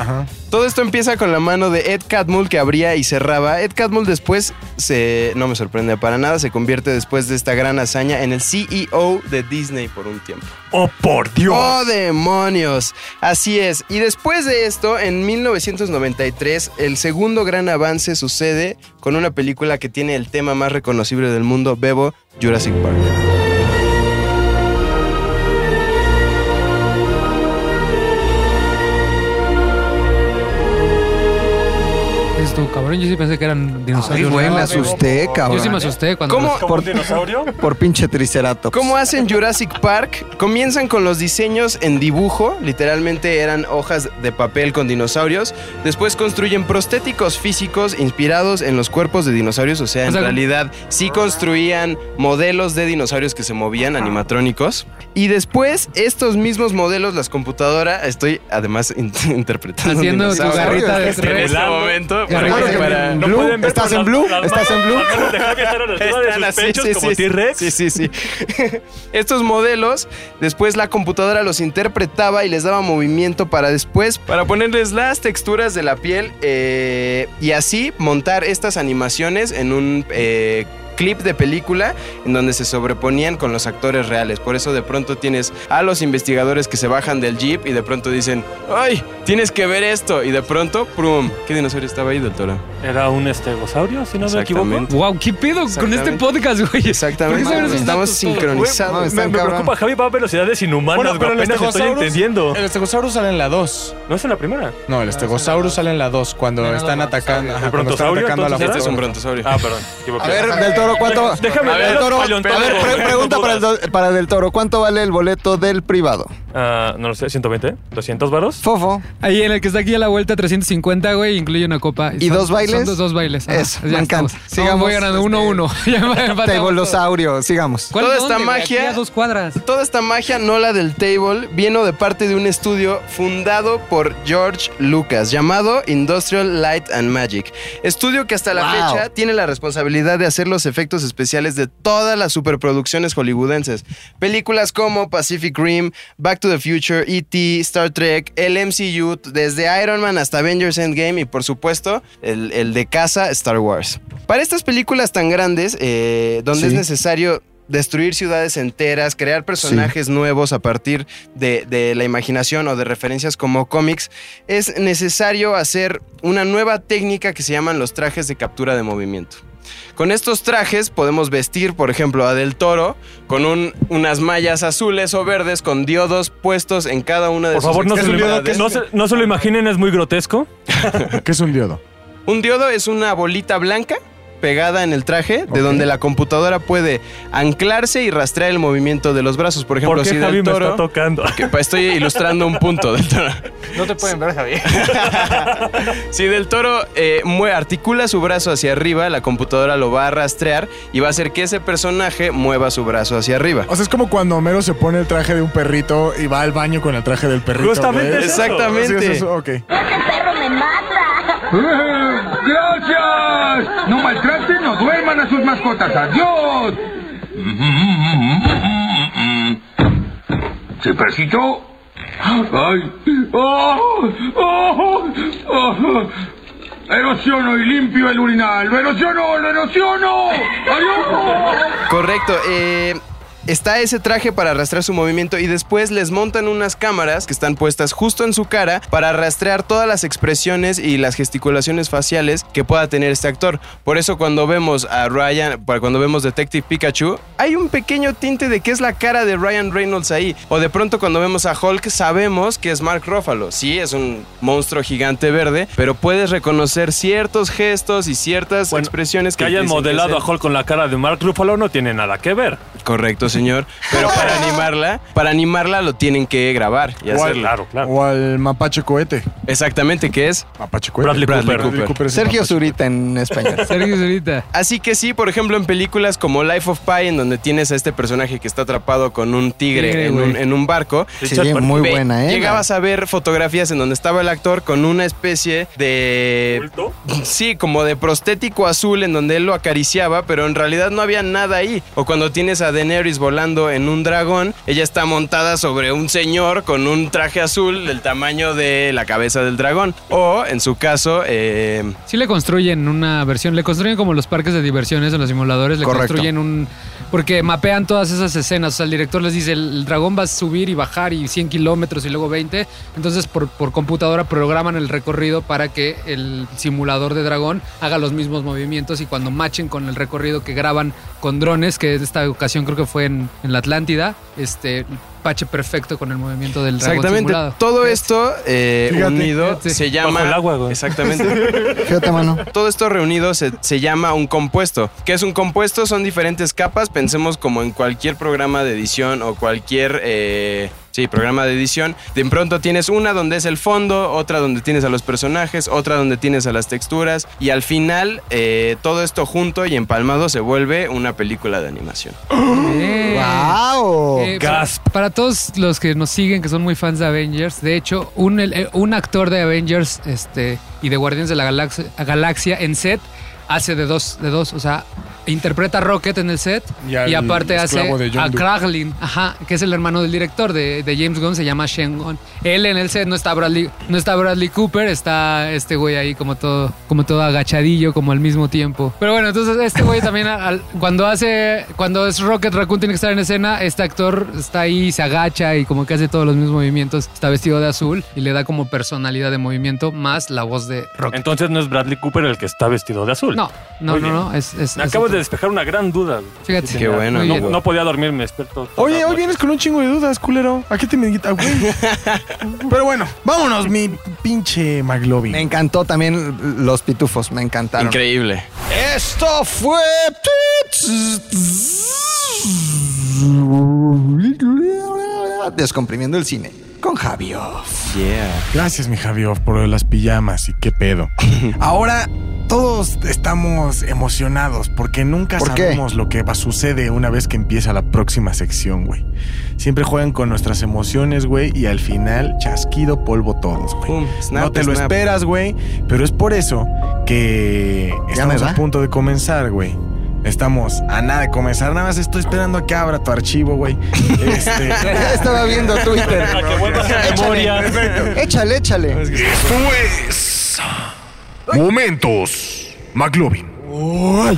Speaker 7: Todo esto empieza con la mano de Ed Catmull que abría y cerraba. Ed Catmull después se no me sorprende para nada, se convierte después de esta gran hazaña en el CEO de Disney por un tiempo.
Speaker 4: ¡Oh, por Dios!
Speaker 7: ¡Oh, demonios! Así es. Y después de esto, en 1993, el segundo gran avance sucede con una película que tiene el tema más reconocible del mundo, Bebo, Jurassic Park.
Speaker 3: Esto, cabrón, yo sí pensé que eran
Speaker 2: Ay,
Speaker 3: dinosaurios.
Speaker 2: güey, me
Speaker 3: reales.
Speaker 2: asusté, cabrón.
Speaker 3: Yo sí me asusté cuando.
Speaker 7: ¿Cómo?
Speaker 3: los-
Speaker 7: ¿Como
Speaker 2: un
Speaker 4: dinosaurio?
Speaker 2: Por pinche triceratops.
Speaker 7: ¿Cómo hacen Jurassic Park? Comienzan con los diseños en dibujo, literalmente eran hojas de papel con dinosaurios. Después construyen prostéticos físicos inspirados en los cuerpos de dinosaurios, o sea, en
Speaker 3: O sea,
Speaker 7: realidad sí construían modelos de dinosaurios que se movían, animatrónicos. Y después estos mismos modelos, las computadoras, estoy además in- interpretando
Speaker 3: Haciendo tu
Speaker 7: dinosaurios
Speaker 3: garrita de
Speaker 7: en este
Speaker 3: reloj.
Speaker 7: momento.
Speaker 3: Garrita
Speaker 7: para-
Speaker 3: de
Speaker 7: para-
Speaker 4: No pueden ver
Speaker 2: ¿Estás
Speaker 4: por
Speaker 2: en
Speaker 4: las-
Speaker 2: blue?
Speaker 4: las
Speaker 2: ¿Estás en blue?
Speaker 4: manos, las manos de Javier están a la altura de
Speaker 7: Están
Speaker 4: sus
Speaker 7: así,
Speaker 4: pechos
Speaker 7: sí,
Speaker 4: como
Speaker 7: sí,
Speaker 4: T-Rex.
Speaker 7: Sí, sí, sí. Estos modelos, después la computadora los interpretaba y les daba movimiento para después, para ponerles las texturas de la piel eh, y así montar estas animaciones en un eh, clip de película en donde se sobreponían con los actores reales. Por eso de pronto tienes a los investigadores que se bajan del jeep y de pronto dicen, ¡ay! Tienes que ver esto. Y de pronto, ¡prum! ¿Qué dinosaurio estaba ahí, doctora?
Speaker 4: Era un estegosaurio, si no me equivoco.
Speaker 7: Exactamente.
Speaker 3: Wow, ¿qué pedo con este
Speaker 7: Exactamente.
Speaker 3: podcast, güey?
Speaker 7: Exactamente.
Speaker 3: ¿Por qué saben esos
Speaker 7: Estamos
Speaker 3: datos todos?
Speaker 7: sincronizados.
Speaker 4: Me, me preocupa, Javi va a velocidades inhumanas,
Speaker 1: Bueno,
Speaker 4: güey,
Speaker 1: pero el
Speaker 4: apenas estoy
Speaker 1: estegosaurus-
Speaker 4: entendiendo.
Speaker 1: El estegosaurus sale en la 2.
Speaker 4: ¿No es en la primera?
Speaker 1: No, el estegosaurus sale en la 2 cuando
Speaker 4: No, no,
Speaker 1: están
Speaker 4: no,
Speaker 1: atacando. ajá,
Speaker 4: ¿El
Speaker 1: cuando están
Speaker 4: brontosaurio,
Speaker 1: atacando a la
Speaker 4: entonces,
Speaker 1: fuerza.
Speaker 4: era?
Speaker 7: Es un brontosaurio.
Speaker 4: Ah, perdón.
Speaker 2: A
Speaker 4: equivoqué.
Speaker 2: ver, Del Toro, ¿cuánto?
Speaker 4: Déjame
Speaker 2: a ver,
Speaker 4: ver,
Speaker 2: del toro,
Speaker 4: paleontólogo,
Speaker 2: a ver, pre-
Speaker 4: tengo
Speaker 2: pregunta para el,
Speaker 4: dudas.
Speaker 2: do- para Del Toro. ¿Cuánto vale el boleto del privado?
Speaker 4: Ah, no lo sé, 120, 200 varos.
Speaker 2: Fofo.
Speaker 3: Ahí en el que está aquí a la vuelta 350, güey, incluye una copa.
Speaker 2: ¿Y dos bailes?
Speaker 3: Son dos, dos bailes. Ah,
Speaker 2: Eso,
Speaker 3: ya
Speaker 2: me
Speaker 3: estamos.
Speaker 2: encanta. Sigamos,
Speaker 3: voy ganando 1-1.
Speaker 2: este,
Speaker 3: Uno, uno. Ya me empatamos.
Speaker 2: Taibolosaurio, sigamos.
Speaker 3: ¿Cuál
Speaker 7: Toda
Speaker 3: dónde,
Speaker 7: esta
Speaker 3: güey? Aquí
Speaker 7: magia-
Speaker 3: a dos cuadras.
Speaker 7: Toda esta magia, no la del table, vino de parte de un estudio fundado por George Lucas llamado Industrial Light and Magic. Estudio que hasta la
Speaker 2: Wow.
Speaker 7: fecha tiene la responsabilidad de hacer los efectos especiales de todas las superproducciones hollywoodenses. Películas como Pacific Rim, Back to the Future, E.T., Star Trek, el MCU, desde Iron Man hasta Avengers Endgame y por supuesto el, el de casa Star Wars. Para estas películas tan grandes, eh, donde es
Speaker 2: Sí.
Speaker 7: necesario destruir ciudades enteras, crear personajes nuevos a partir de, de la imaginación o de referencias como cómics, es necesario hacer una nueva técnica que se llaman los trajes de captura de movimiento. Con estos trajes podemos vestir, por ejemplo, a Del Toro con un- unas mallas azules o verdes con diodos puestos en cada una de
Speaker 4: Por
Speaker 7: sus
Speaker 4: favor, no se, lo,
Speaker 7: extremidades.
Speaker 4: no, se, no se lo imaginen, es muy grotesco.
Speaker 1: ¿Qué es un diodo?
Speaker 7: Un diodo es una bolita blanca pegada en el traje, de donde la computadora puede anclarse y rastrear el movimiento de los brazos. Por ejemplo,
Speaker 4: ¿Por
Speaker 7: si
Speaker 4: qué
Speaker 7: del
Speaker 4: Javi me
Speaker 7: toro...
Speaker 4: está tocando?
Speaker 7: que pa- estoy ilustrando un punto del toro.
Speaker 8: No te pueden ver, Javier.
Speaker 7: Si del toro eh, mue- articula su brazo hacia arriba, la computadora lo va a rastrear y va a hacer que ese personaje mueva su brazo hacia arriba.
Speaker 16: O sea, es como cuando Homero se pone el traje de un perrito y va al baño con el traje del perrito.
Speaker 7: Justamente
Speaker 16: güey.
Speaker 7: es eso. Ah. Exactamente.
Speaker 16: Sí, es eso, ok.
Speaker 18: ¡Gracias! No maltraten o duerman a sus mascotas. ¡Adiós! ¿Se precitó? ¡Ay! ¡Oh! ¡Oh! ¡Oh! Erosiono y limpio el urinal. ¡Lo erosiono! ¡Lo erosiono! ¡Adiós!
Speaker 7: Correcto. eh, está ese traje para rastrear su movimiento y después les montan unas cámaras que están puestas justo en su cara para rastrear todas las expresiones y las gesticulaciones faciales que pueda tener este actor. Por eso cuando vemos a Ryan, para cuando vemos Detective Pikachu, hay un pequeño tinte de que es la cara de Ryan Reynolds ahí. O de pronto cuando vemos a Hulk sabemos que es Mark Ruffalo. Sí, es un monstruo gigante verde, pero puedes reconocer ciertos gestos y ciertas expresiones que
Speaker 4: Que hayan
Speaker 7: dicen es
Speaker 4: modelado
Speaker 7: él.
Speaker 4: a Hulk con la cara de Mark Ruffalo no tiene nada que ver.
Speaker 7: Correcto, señor. Pero para animarla, para animarla lo tienen que grabar y
Speaker 16: O al-
Speaker 7: hacerlo.
Speaker 1: Oh,
Speaker 16: O al mapache cohete.
Speaker 7: Exactamente, ¿qué es?
Speaker 16: Mapache cohete. Bradley Cooper es el
Speaker 7: Sergio
Speaker 16: mapache.
Speaker 7: Zurita en español.
Speaker 3: Sergio Zurita.
Speaker 7: Así que sí, por ejemplo, en películas como Life of Pi, en donde tienes a este personaje que está atrapado con un tigre
Speaker 2: Tigre,
Speaker 7: en,
Speaker 2: güey.
Speaker 7: un, en un barco.
Speaker 2: Sí, muy
Speaker 7: ve-
Speaker 2: buena, ¿eh?
Speaker 7: Llegabas a ver fotografías en donde estaba el actor con una especie de... Sí, como de prostético azul en donde él lo acariciaba, pero en realidad no había nada ahí. O cuando tienes a Daenerys volando en un dragón, ella está montada sobre un señor con un traje azul del tamaño de la cabeza del dragón. O, en su caso, eh,
Speaker 3: Sí le construyen una versión, le construyen como los parques de diversiones o los simuladores, le
Speaker 7: Correcto.
Speaker 3: construyen un... Porque mapean todas esas escenas, o sea, el director les dice, el, el dragón va a subir y bajar y 100 kilómetros y luego 20, entonces por, por computadora programan el recorrido para que el simulador de dragón haga los mismos movimientos y cuando machen con el recorrido que graban con drones, que esta ocasión creo que fue en, en la Atlántida, este pache perfecto con el movimiento del dragón
Speaker 7: Exactamente.
Speaker 3: simulado.
Speaker 7: Todo esto eh,
Speaker 3: Fíjate,
Speaker 7: unido
Speaker 3: fíjate.
Speaker 7: se llama.
Speaker 3: Bajo el agua, güey.
Speaker 7: Exactamente.
Speaker 2: Fíjate, mano.
Speaker 7: Todo esto reunido se, se llama un compuesto. ¿Qué es un compuesto? Son diferentes capas. Pensemos como en cualquier programa de edición o cualquier. eh, Sí, programa de edición. De pronto tienes una donde es el fondo, otra donde tienes a los personajes, otra donde tienes a las texturas y al final eh, todo esto junto y empalmado se vuelve una película de animación.
Speaker 16: Eh,
Speaker 3: ¡Wow!
Speaker 7: Gasp.
Speaker 3: Eh, Para todos los que nos siguen, que son muy fans de Avengers, de hecho, un, el- eh, un actor de Avengers este, y de Guardianes de la Galaxia, Galaxia en set hace de dos, de dos, o sea, interpreta a Rocket en el set
Speaker 16: Y
Speaker 3: y,
Speaker 16: al
Speaker 3: aparte hace
Speaker 16: esclavo de John
Speaker 3: a
Speaker 16: Doe.
Speaker 3: Kraglin, ajá, que es el hermano del director de, de James Gunn, se llama Shen Gunn. Él en el set no está Bradley, no está Bradley Cooper, está este güey ahí como todo, como todo agachadillo, como al mismo tiempo. Pero bueno, entonces este güey también al- al- cuando hace, cuando es Rocket Raccoon tiene que estar en escena, este actor está ahí, se agacha y como que hace todos los mismos movimientos, está vestido de azul y le da como personalidad de movimiento más la voz de Rocket.
Speaker 4: Entonces no es Bradley Cooper el que está vestido de azul.
Speaker 3: No, no,
Speaker 4: Muy
Speaker 3: no,
Speaker 4: bien.
Speaker 3: no, es, es-
Speaker 4: Me
Speaker 3: es
Speaker 4: acabo
Speaker 3: otro.
Speaker 4: de despejar una gran duda.
Speaker 3: Fíjate.
Speaker 4: Sí,
Speaker 3: Qué
Speaker 4: señor.
Speaker 3: bueno,
Speaker 4: No,
Speaker 3: amigo.
Speaker 4: no podía dormir, me despierto.
Speaker 16: Oye, hoy vienes con un chingo de dudas, culero. ¿A qué te me ah, güey? Pero bueno, vámonos, mi pinche McLovin.
Speaker 2: Me encantó también los pitufos, me encantaron.
Speaker 7: Increíble.
Speaker 2: Esto fue. Descomprimiendo el cine con Javio.
Speaker 16: Gracias, mi Javier, por las pijamas y qué pedo. Ahora todos estamos emocionados porque nunca
Speaker 2: ¿Por qué?
Speaker 16: sabemos lo que va- sucede una vez que empieza la próxima sección, güey. Siempre juegan con nuestras emociones, güey, y al final chasquido polvo todos, güey.
Speaker 7: snap,
Speaker 16: No te lo
Speaker 7: snap.
Speaker 16: esperas, güey, pero es por eso que
Speaker 2: ¿Ya
Speaker 16: estamos
Speaker 2: me va?
Speaker 16: a punto de comenzar, güey. Estamos a nada de comenzar, nada más estoy esperando a que abra tu archivo, güey. Este,
Speaker 2: Ya estaba viendo Twitter.
Speaker 4: Ah,
Speaker 16: A que vuelvas a
Speaker 2: Échale,
Speaker 16: memoria.
Speaker 2: perfecto. Échale, échale.
Speaker 19: Pues, Momentos. McLovin.
Speaker 2: Uy.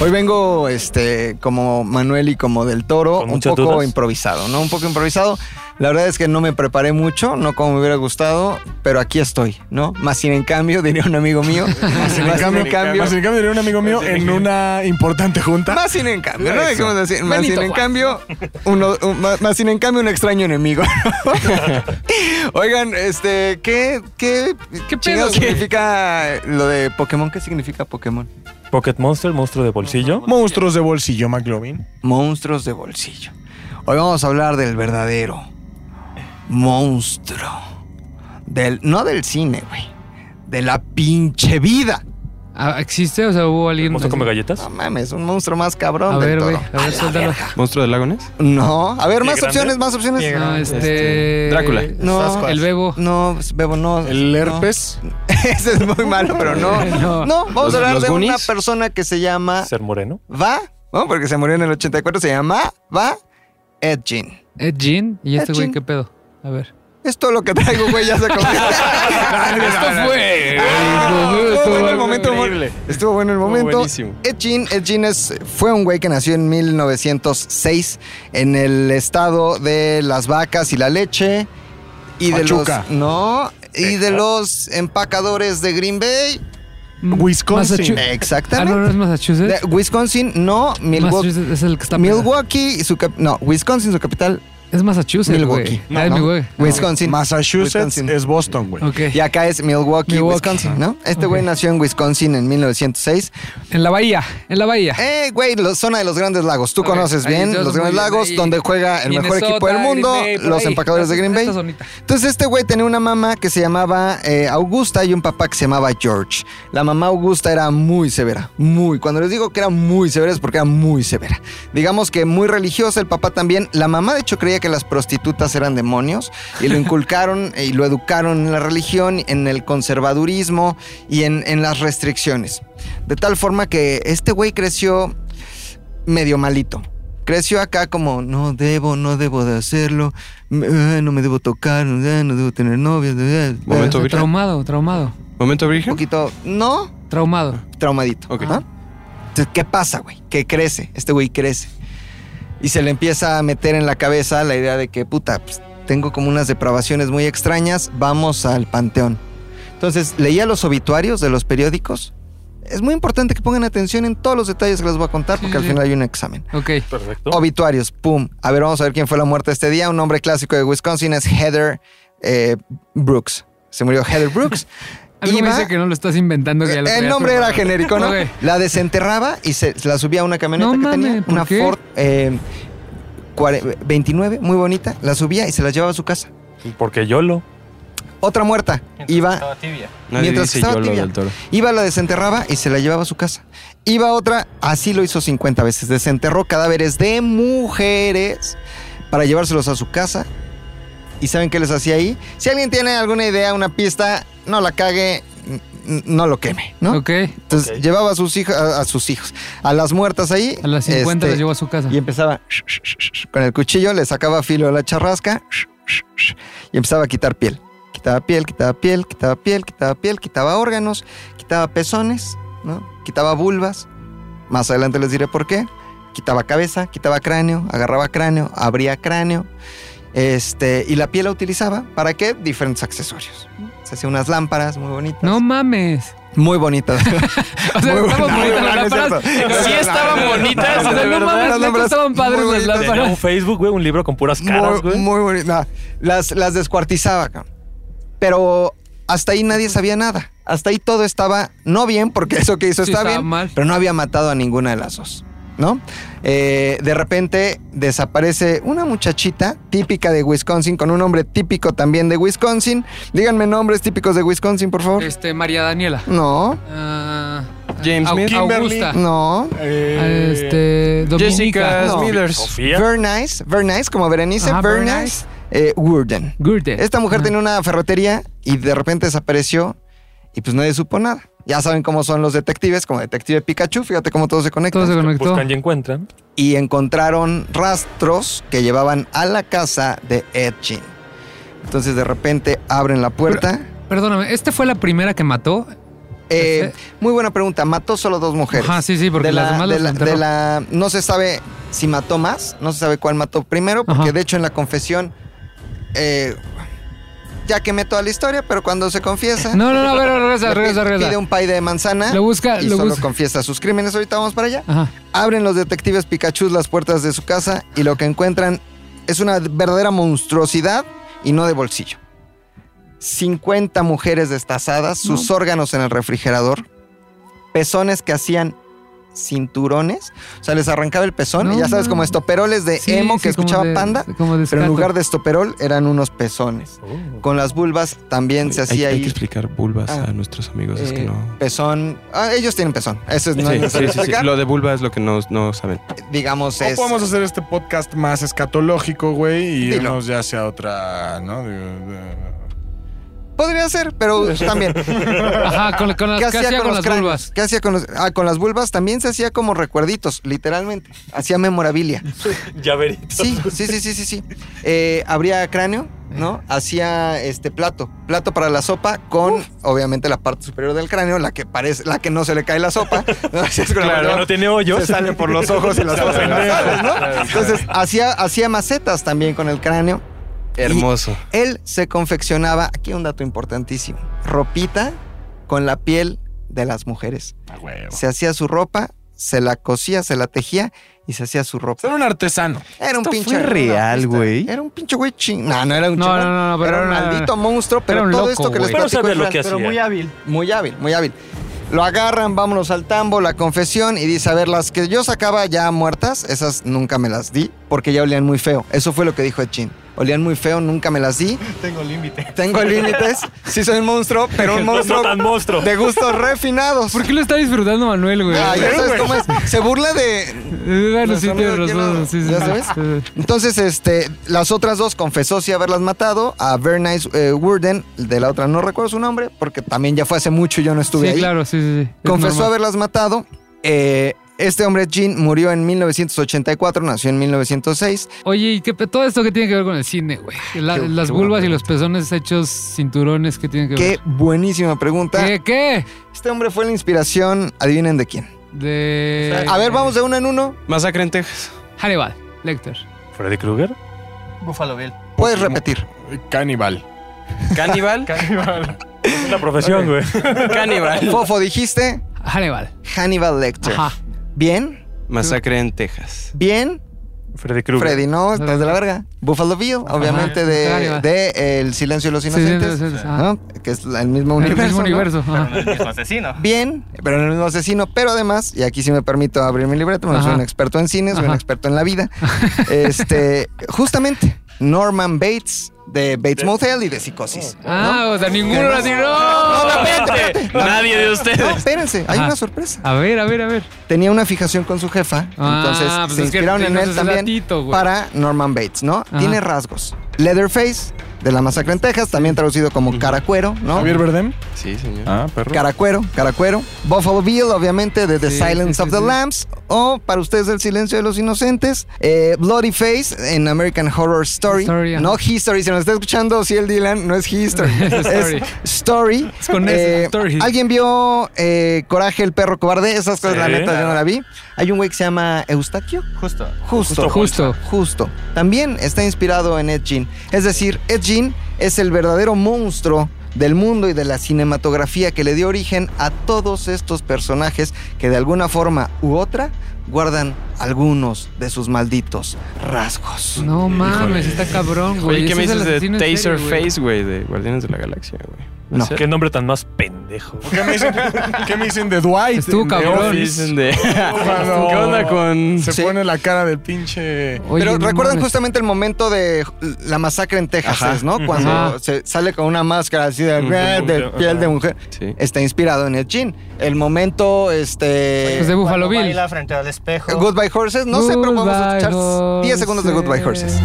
Speaker 2: Hoy vengo este, como Manuel y como del Toro, un
Speaker 19: muchas
Speaker 2: poco
Speaker 19: dudas.
Speaker 2: improvisado, ¿no? Un poco improvisado. La verdad es que no me preparé mucho, no como me hubiera gustado, pero aquí estoy, ¿no? Más sin en cambio, diría un amigo mío. Más
Speaker 16: Sin en cambio, más sin en cambio, diría un amigo mío en una importante junta.
Speaker 2: Más sin en cambio, ¿no?
Speaker 16: Eso.
Speaker 2: Dejemos de decir, más
Speaker 16: Benito
Speaker 2: sin en
Speaker 16: Juárez.
Speaker 2: cambio, uno, un- más, más sin en cambio, un extraño enemigo. Oigan, este, ¿qué, qué,
Speaker 3: ¿Qué
Speaker 2: chingados
Speaker 3: pedo, güey?
Speaker 2: significa lo de Pokémon? ¿Qué significa Pokémon?
Speaker 4: Pocket Monster, monstruo de bolsillo.
Speaker 16: Monstruos de bolsillo, McLovin.
Speaker 2: Monstruos de bolsillo. Hoy vamos a hablar del verdadero monstruo. Del, no del cine, güey. De la pinche vida.
Speaker 3: Ah, ¿Existe? O sea, hubo alguien.
Speaker 2: ¿Monstruo
Speaker 4: come galletas?
Speaker 2: No mames, un monstruo más cabrón.
Speaker 3: A
Speaker 2: del
Speaker 3: ver, güey,
Speaker 2: toro.
Speaker 3: a ver, suéltalo.
Speaker 7: ¿Monstruo de lagones?
Speaker 2: No, a ver, más
Speaker 3: ¿Pie grande?
Speaker 2: opciones, más opciones.
Speaker 3: Pie grande. No, este-
Speaker 7: Drácula.
Speaker 2: No,
Speaker 3: Sasquatch. el bebo.
Speaker 2: No, pues, bebo no.
Speaker 16: ¿El
Speaker 2: no.
Speaker 16: herpes?
Speaker 2: Ese es muy malo, pero no.
Speaker 3: No.
Speaker 2: No, vamos
Speaker 7: ¿Los-
Speaker 2: a hablar
Speaker 7: los
Speaker 2: de una
Speaker 7: Goonies?
Speaker 2: persona que se llama
Speaker 4: Ser moreno.
Speaker 2: Va, ¿no? porque se murió en el 84, se llama Va Ed Gein.
Speaker 3: Ed Jean. ¿Y este
Speaker 2: Ed
Speaker 3: güey
Speaker 2: Gein.
Speaker 3: qué pedo? A ver.
Speaker 2: Es todo lo que traigo, güey, ya se acabó.
Speaker 16: Ah,
Speaker 17: Esto momento
Speaker 2: fue. Estuvo bueno el momento.
Speaker 7: increíble.
Speaker 2: Estuvo bueno el momento.
Speaker 7: buenísimo.
Speaker 2: Ed Gein, Ed Gein es, fue un güey que nació en 1906 en el estado de las vacas y la leche. Y de los,
Speaker 16: Pachuca.
Speaker 2: no, y de los empacadores de Green Bay.
Speaker 16: Wisconsin.
Speaker 2: Exactamente.
Speaker 3: Ah, no, no es Massachusetts.
Speaker 2: Eh, De Wisconsin, no. Milwaukee.
Speaker 3: Massachusetts es el que está
Speaker 2: Milwaukee, y su cap- no, Wisconsin, su capital.
Speaker 3: Es Massachusetts,
Speaker 2: Milwaukee.
Speaker 3: güey. Ah, es Milwaukee.
Speaker 2: Wisconsin.
Speaker 16: Massachusetts es Boston, güey.
Speaker 2: Y acá es Milwaukee,
Speaker 3: Milwaukee.
Speaker 2: Wisconsin, ¿no? Este güey nació en Wisconsin en 1906.
Speaker 3: En la bahía, en la bahía.
Speaker 2: Eh, güey, lo- zona de los Grandes Lagos. Tú
Speaker 3: Ok,
Speaker 2: conoces
Speaker 3: ahí
Speaker 2: bien
Speaker 3: yo
Speaker 2: los
Speaker 3: soy
Speaker 2: Grandes
Speaker 3: muy bien
Speaker 2: Lagos,
Speaker 3: ahí.
Speaker 2: donde juega el mejor
Speaker 3: Minnesota,
Speaker 2: equipo del
Speaker 3: Green
Speaker 2: mundo,
Speaker 3: Bay, por
Speaker 2: los
Speaker 3: ahí.
Speaker 2: empacadores de Green Bay.
Speaker 3: Esta zonita.
Speaker 2: Entonces este güey tenía una mamá que se llamaba eh, Augusta y un papá que se llamaba George. La mamá Augusta era muy severa, muy. Cuando les digo que era muy severa es porque era muy severa. Digamos que muy religiosa, el papá también. La mamá de hecho creía que las prostitutas eran demonios y lo inculcaron y lo educaron en la religión, en el conservadurismo y en, en las restricciones. De tal forma que este güey creció medio malito. Creció acá como, no debo, no debo de hacerlo, m- eh, no me debo tocar, eh, no debo tener novia. eh, eh".
Speaker 7: Momento virgen.
Speaker 3: Este, Traumado, traumado.
Speaker 7: ¿Momento virgen?
Speaker 2: Un poquito, no,
Speaker 3: Traumado.
Speaker 2: traumadito. ¿no? Entonces, ¿qué pasa, güey? Que crece, este güey crece. Y se le empieza a meter en la cabeza la idea de que, puta, pues, tengo como unas depravaciones muy extrañas, vamos al panteón. Entonces, leía los obituarios de los periódicos. Es muy importante que pongan atención en todos los detalles que les voy a contar, porque al
Speaker 3: sí.
Speaker 2: final hay un examen.
Speaker 3: Ok.
Speaker 4: Perfecto.
Speaker 2: Oh, Obituarios, pum. A ver, vamos a ver quién fue la muerte este día. Un nombre clásico de Wisconsin es Heather eh, Brooks. Se murió Heather Brooks.
Speaker 3: Algo me
Speaker 2: Iba-
Speaker 3: dice que no lo estás inventando. Que ya lo
Speaker 2: el
Speaker 3: traías
Speaker 2: nombre era
Speaker 3: preparado.
Speaker 2: genérico, ¿no?
Speaker 3: Ok.
Speaker 2: La desenterraba y se se la subía a una camioneta
Speaker 3: No
Speaker 2: que
Speaker 3: mames,
Speaker 2: tenía,
Speaker 3: ¿por
Speaker 2: una
Speaker 3: qué?
Speaker 2: Ford eh, cuare- 29, muy bonita, la subía y se la llevaba a su casa.
Speaker 4: Porque yo lo.
Speaker 2: Otra muerta iba
Speaker 8: tibia.
Speaker 7: Nadie
Speaker 2: mientras
Speaker 7: dice
Speaker 2: estaba
Speaker 7: YOLO
Speaker 2: tibia.
Speaker 7: del toro.
Speaker 2: Iba, la desenterraba y se la llevaba a su casa. Iba otra, así lo hizo 50 veces. Desenterró cadáveres de mujeres para llevárselos a su casa. ¿Y saben qué les hacía ahí? Si alguien tiene alguna idea, una pista, no la cague, n- n- no lo queme, ¿no?
Speaker 3: Ok.
Speaker 2: Entonces llevaba a sus, hijos, a, a sus hijos, a las muertas ahí.
Speaker 3: A las 50 las llevó a su casa.
Speaker 2: Este, Y empezaba sh- sh- sh- sh- con el cuchillo, le sacaba filo a la charrasca sh- sh- sh, y empezaba a quitar piel. Quitaba piel, quitaba piel, quitaba piel, quitaba piel, quitaba órganos, quitaba pezones, ¿no? quitaba vulvas. Más adelante les diré por qué. Quitaba cabeza, quitaba cráneo, agarraba cráneo, abría cráneo. Este, y la piel la utilizaba para qué? Diferentes accesorios. ¿no? Se hacía unas lámparas muy bonitas.
Speaker 3: No mames.
Speaker 2: Muy bonitas.
Speaker 3: O sea,
Speaker 2: Muy
Speaker 3: estaban bonitas
Speaker 2: buena. No, no, no
Speaker 3: las
Speaker 2: es
Speaker 3: lámparas.
Speaker 7: cierto. Sí estaban bonitas,
Speaker 3: O sea,
Speaker 7: de
Speaker 3: no
Speaker 7: verdad.
Speaker 3: mames,
Speaker 7: Las
Speaker 3: neta
Speaker 7: lámparas
Speaker 3: estaban padres las
Speaker 4: Tenía un
Speaker 3: lámparas.
Speaker 4: Facebook, güey, un libro con puras caras,
Speaker 2: Muy,
Speaker 4: güey.
Speaker 2: muy bonita. Las, las descuartizaba, cabrón. Pero hasta ahí nadie sabía nada. Hasta ahí todo estaba no bien, porque eso que hizo
Speaker 3: Sí,
Speaker 2: está
Speaker 3: estaba
Speaker 2: bien,
Speaker 3: mal.
Speaker 2: pero no había matado a ninguna de las dos, ¿no? Eh, de repente desaparece una muchachita típica de Wisconsin con un nombre típico también de Wisconsin. Díganme nombres típicos de Wisconsin, por favor.
Speaker 3: Este, María Daniela.
Speaker 2: No,
Speaker 3: Ah,
Speaker 7: James
Speaker 3: Au-
Speaker 7: Smith.
Speaker 3: Augusta. Ah,
Speaker 2: no.
Speaker 3: Este, Dominica.
Speaker 7: Jessica
Speaker 2: No.
Speaker 7: Smithers.
Speaker 2: Bernice, Bernice, como Berenice,
Speaker 3: Ajá,
Speaker 2: Bernice, eh, Worden.
Speaker 3: Gürtel.
Speaker 2: Esta mujer tenía una ferretería y de repente desapareció y pues nadie supo nada. Ya saben cómo son los detectives, como detective Pikachu, fíjate cómo todos se conectan.
Speaker 3: Todo se conectó.
Speaker 4: Buscan y encuentran.
Speaker 2: Y encontraron rastros que llevaban a la casa de Ed Gein. Entonces de repente abren la puerta.
Speaker 3: Perdóname, ¿esta fue la primera que mató?
Speaker 2: Eh, muy buena pregunta, mató solo dos mujeres.
Speaker 3: Ajá, sí, sí, porque
Speaker 2: de
Speaker 3: las
Speaker 2: la,
Speaker 3: demás
Speaker 2: de
Speaker 3: las
Speaker 2: la- de
Speaker 3: enterró.
Speaker 2: la- no se sabe si mató más, no se sabe cuál mató primero, porque
Speaker 3: Ajá.
Speaker 2: de hecho en la confesión, eh, ya quemé toda la historia, pero cuando se confiesa,
Speaker 3: No, no, no, a ver, regresa,
Speaker 2: le pide-
Speaker 3: regresa,
Speaker 2: Pide
Speaker 3: regresa.
Speaker 2: un pay de manzana
Speaker 3: Lo busca,
Speaker 2: y
Speaker 3: lo
Speaker 2: solo
Speaker 3: busca.
Speaker 2: confiesa sus crímenes. Ahorita vamos para allá.
Speaker 3: Ajá.
Speaker 2: Abren los detectives Pikachu las puertas de su casa y lo que encuentran es una verdadera monstruosidad y no de bolsillo. 50 mujeres destazadas, sus órganos en el refrigerador, pezones que hacían cinturones, o sea, les arrancaba el pezón
Speaker 3: No
Speaker 2: y ya sabes, como
Speaker 3: mames.
Speaker 2: estoperoles de
Speaker 3: Sí,
Speaker 2: emo
Speaker 3: sí,
Speaker 2: que
Speaker 3: como
Speaker 2: escuchaba
Speaker 3: de-
Speaker 2: Panda,
Speaker 3: como de
Speaker 2: pero
Speaker 3: escato.
Speaker 2: en lugar de estoperol eran unos pezones. Con las vulvas también se
Speaker 7: Hay,
Speaker 2: hacía
Speaker 7: hay que
Speaker 2: ahí
Speaker 7: explicar vulvas
Speaker 2: Ah.
Speaker 7: a nuestros amigos, es que
Speaker 2: eh,
Speaker 7: no.
Speaker 2: pezón. Ah, ellos tienen pezón, eso es no es
Speaker 7: Sí, sí,
Speaker 2: necesario
Speaker 7: sí, sí.
Speaker 2: explicar.
Speaker 7: Lo de vulva es lo que no, no saben.
Speaker 2: digamos,
Speaker 16: O
Speaker 2: es.
Speaker 16: podemos hacer este podcast más escatológico, güey, y
Speaker 2: Dilo.
Speaker 16: irnos ya hacia otra, ¿no? De- de-
Speaker 2: Podría ser, pero también.
Speaker 3: Ajá, con, con las
Speaker 2: ¿Qué
Speaker 3: que hacía con,
Speaker 2: los
Speaker 3: las
Speaker 2: cráneos?
Speaker 3: vulvas.
Speaker 2: ¿Qué hacía con los- ah, con las vulvas? También se hacía como recuerditos, literalmente. Hacía memorabilia.
Speaker 4: Ya verí.
Speaker 2: Sí, sí, sí, sí, sí. sí. Eh, abría cráneo, ¿no? Hacía este plato, plato para la sopa con obviamente la parte superior del cráneo, la que parece, la que no se le cae la sopa. ¿no? Así es con la
Speaker 7: Claro,
Speaker 2: mano,
Speaker 7: no tiene hoyos.
Speaker 2: Se sale por los ojos y las
Speaker 7: Claro,
Speaker 2: cosas
Speaker 7: claro.
Speaker 2: ¿no?
Speaker 7: Claro, claro.
Speaker 2: Entonces hacía, hacía macetas también con el cráneo.
Speaker 7: Hermoso.
Speaker 2: Y él se confeccionaba, aquí un dato importantísimo, ropita con la piel de las mujeres. Se hacía su ropa, se la cosía, se la tejía y se hacía su ropa.
Speaker 1: Era un artesano.
Speaker 2: Era un
Speaker 7: Esto
Speaker 2: pinche
Speaker 7: fue
Speaker 2: era un
Speaker 7: real,
Speaker 2: artista.
Speaker 7: güey.
Speaker 2: Era un pinche güey ching. No, no era un
Speaker 7: No,
Speaker 2: chingón.
Speaker 7: no, no, no, pero
Speaker 2: era un
Speaker 7: era-
Speaker 2: maldito monstruo, pero
Speaker 7: era un
Speaker 2: todo
Speaker 7: loco,
Speaker 2: esto que les
Speaker 7: güey. Pero
Speaker 2: platico
Speaker 7: sabía
Speaker 2: es
Speaker 7: lo
Speaker 2: real.
Speaker 7: que hacía.
Speaker 8: hábil.
Speaker 2: Muy hábil, muy hábil. Lo agarran, vámonos al tambo, la confesión y dice, a ver, las que yo sacaba ya muertas, esas nunca me las di porque ya olían muy feo. Eso fue lo que dijo Echin. Olían muy feo, nunca me las di.
Speaker 8: Tengo límite.
Speaker 2: Tengo límites, sí soy un monstruo, pero un
Speaker 8: No
Speaker 2: monstruo,
Speaker 8: tan monstruo.
Speaker 2: de gustos refinados.
Speaker 3: ¿Por qué lo está disfrutando Manuel, güey?
Speaker 2: Ah, ya sabes cómo es. Se burla de,
Speaker 3: Eh, Bueno,
Speaker 2: Los
Speaker 3: sí, tienes
Speaker 2: amigos que
Speaker 3: razón.
Speaker 2: no-
Speaker 3: Sí, sí,
Speaker 2: ¿Ya
Speaker 3: sí.
Speaker 2: sabes?
Speaker 3: Sí.
Speaker 2: Entonces, este, las otras dos confesó sí haberlas matado. A Bernice eh, Worden, de la otra no recuerdo su nombre, porque también ya fue hace mucho y yo no estuve
Speaker 3: Sí,
Speaker 2: ahí.
Speaker 3: claro, sí, sí. sí. Es
Speaker 2: Confesó
Speaker 3: normal.
Speaker 2: haberlas matado. Eh, este hombre, Jean, murió en 1984, nació en 1906.
Speaker 3: Oye, y que todo esto que tiene que ver con el cine, güey. La-
Speaker 2: Qué-
Speaker 3: las
Speaker 2: qué buena
Speaker 3: vulvas y los pezones hechos cinturones que tienen que
Speaker 2: Qué
Speaker 3: ver.
Speaker 2: buenísima pregunta.
Speaker 3: ¿Qué? ¿Qué?
Speaker 2: Este hombre fue la inspiración, adivinen de quién.
Speaker 3: De.
Speaker 2: A ver, vamos de uno en uno.
Speaker 7: Masacre en Texas.
Speaker 3: Hannibal, Lecter.
Speaker 4: ¿Freddy Krueger?
Speaker 8: Buffalo Bill.
Speaker 2: Puedes repetir.
Speaker 16: Caníbal.
Speaker 7: ¿Caníbal?
Speaker 8: Caníbal.
Speaker 4: Es la profesión, güey.
Speaker 7: Caníbal.
Speaker 2: Fofo, dijiste
Speaker 3: Hannibal.
Speaker 2: Hannibal Lecter.
Speaker 3: Ajá.
Speaker 2: Bien,
Speaker 7: Masacre en Texas.
Speaker 2: bien.
Speaker 4: Freddy Krueger.
Speaker 2: Freddy, no, estás de la verga. Buffalo Bill, obviamente, de,
Speaker 3: Ajá.
Speaker 2: de El Silencio de los
Speaker 3: Sí, sí,
Speaker 2: Inocentes,
Speaker 3: sí, sí, sí.
Speaker 2: ¿no? que es la- el mismo
Speaker 3: El
Speaker 2: Ah,
Speaker 3: mismo
Speaker 2: universo. ¿no?
Speaker 3: universo. ajá.
Speaker 8: El mismo asesino.
Speaker 2: Bien, pero no el mismo asesino, pero además, y aquí sí me permito abrir mi libreto, no soy
Speaker 3: Ajá.
Speaker 2: un experto en cine, soy un
Speaker 3: Ajá.
Speaker 2: experto en la vida. Este, justamente, Norman Bates, de Bates Motel y de Psicosis.
Speaker 3: Ah, o sea, ninguno la tiró.
Speaker 7: Nadie de
Speaker 2: No,
Speaker 7: ustedes.
Speaker 2: espérense, hay
Speaker 3: Ajá.
Speaker 2: una sorpresa.
Speaker 3: A ver, a ver, a ver.
Speaker 2: Tenía una fijación con su jefa,
Speaker 3: Ah,
Speaker 2: entonces
Speaker 3: pues
Speaker 2: se
Speaker 3: es que
Speaker 2: inspiraron en
Speaker 3: tenías
Speaker 2: él
Speaker 3: ese
Speaker 2: también
Speaker 3: datito, güey.
Speaker 2: para Norman Bates, ¿no? Tiene rasgos. Leatherface, de la masacre en Texas, también traducido como caracuero, ¿no?
Speaker 16: Javier Verdem.
Speaker 7: Sí, señor.
Speaker 16: Ah, perro.
Speaker 2: Caracuero, Caracuero. Buffalo Bill, obviamente, de The
Speaker 3: Sí,
Speaker 2: Silence
Speaker 3: sí,
Speaker 2: of
Speaker 3: sí,
Speaker 2: the
Speaker 3: sí.
Speaker 2: Lambs. O, para ustedes, El Silencio de los Inocentes. Eh, Bloody Face en American Horror Story.
Speaker 3: Story, ajá.
Speaker 2: no History. Si nos está escuchando, si el Dylan, no es History.
Speaker 3: Es Story.
Speaker 2: Es Story. Eh,
Speaker 3: Es con ese, Story.
Speaker 2: ¿Alguien vio eh, Coraje, el perro cobarde? Esas cosas, la
Speaker 4: Sí.
Speaker 2: neta, yo no la vi. Hay un güey que se llama Eustaquio.
Speaker 8: Justo.
Speaker 2: Justo,
Speaker 3: Justo.
Speaker 2: Ah, justo. También está inspirado en Ed Gein. Es decir, Ed Gein es el verdadero monstruo del mundo y de la cinematografía que le dio origen a todos estos personajes que de alguna forma u otra guardan algunos de sus malditos rasgos.
Speaker 3: No mames, está cabrón, güey.
Speaker 7: Oye, ¿qué me
Speaker 3: Ese es
Speaker 7: dices
Speaker 3: el
Speaker 7: de
Speaker 3: asesino en
Speaker 7: Taser
Speaker 3: serie, güey.
Speaker 7: Face, güey? De Guardianes de la Galaxia, güey.
Speaker 2: No.
Speaker 7: sé.
Speaker 4: Qué nombre tan más pendejo.
Speaker 16: ¿Qué me dicen, qué me dicen de Dwight?
Speaker 3: Estuvo
Speaker 16: De
Speaker 3: cabrón.
Speaker 7: ¿Qué
Speaker 16: Office.
Speaker 7: dicen de-
Speaker 16: Cuando
Speaker 7: ¿Qué onda con...?
Speaker 16: Se
Speaker 2: Sí.
Speaker 16: pone la cara del pinche.
Speaker 3: Oye,
Speaker 2: Pero
Speaker 3: no
Speaker 2: recuerdan
Speaker 3: mames.
Speaker 2: justamente el momento de la masacre en Texas,
Speaker 7: Ajá.
Speaker 2: ¿no? Cuando
Speaker 3: Ajá.
Speaker 2: se sale con una máscara así de,
Speaker 4: Ujú.
Speaker 2: de piel de mujer.
Speaker 7: Sí.
Speaker 2: Está inspirado en Ed Gein. El momento, este...
Speaker 3: Es Pues de Buffalo
Speaker 8: Cuando
Speaker 3: Bill.
Speaker 8: Baila frente al espejo.
Speaker 2: Goodbye Horses, no sé, pero vamos
Speaker 3: Goodbye
Speaker 2: a escuchar 10 segundos de Goodbye Horses.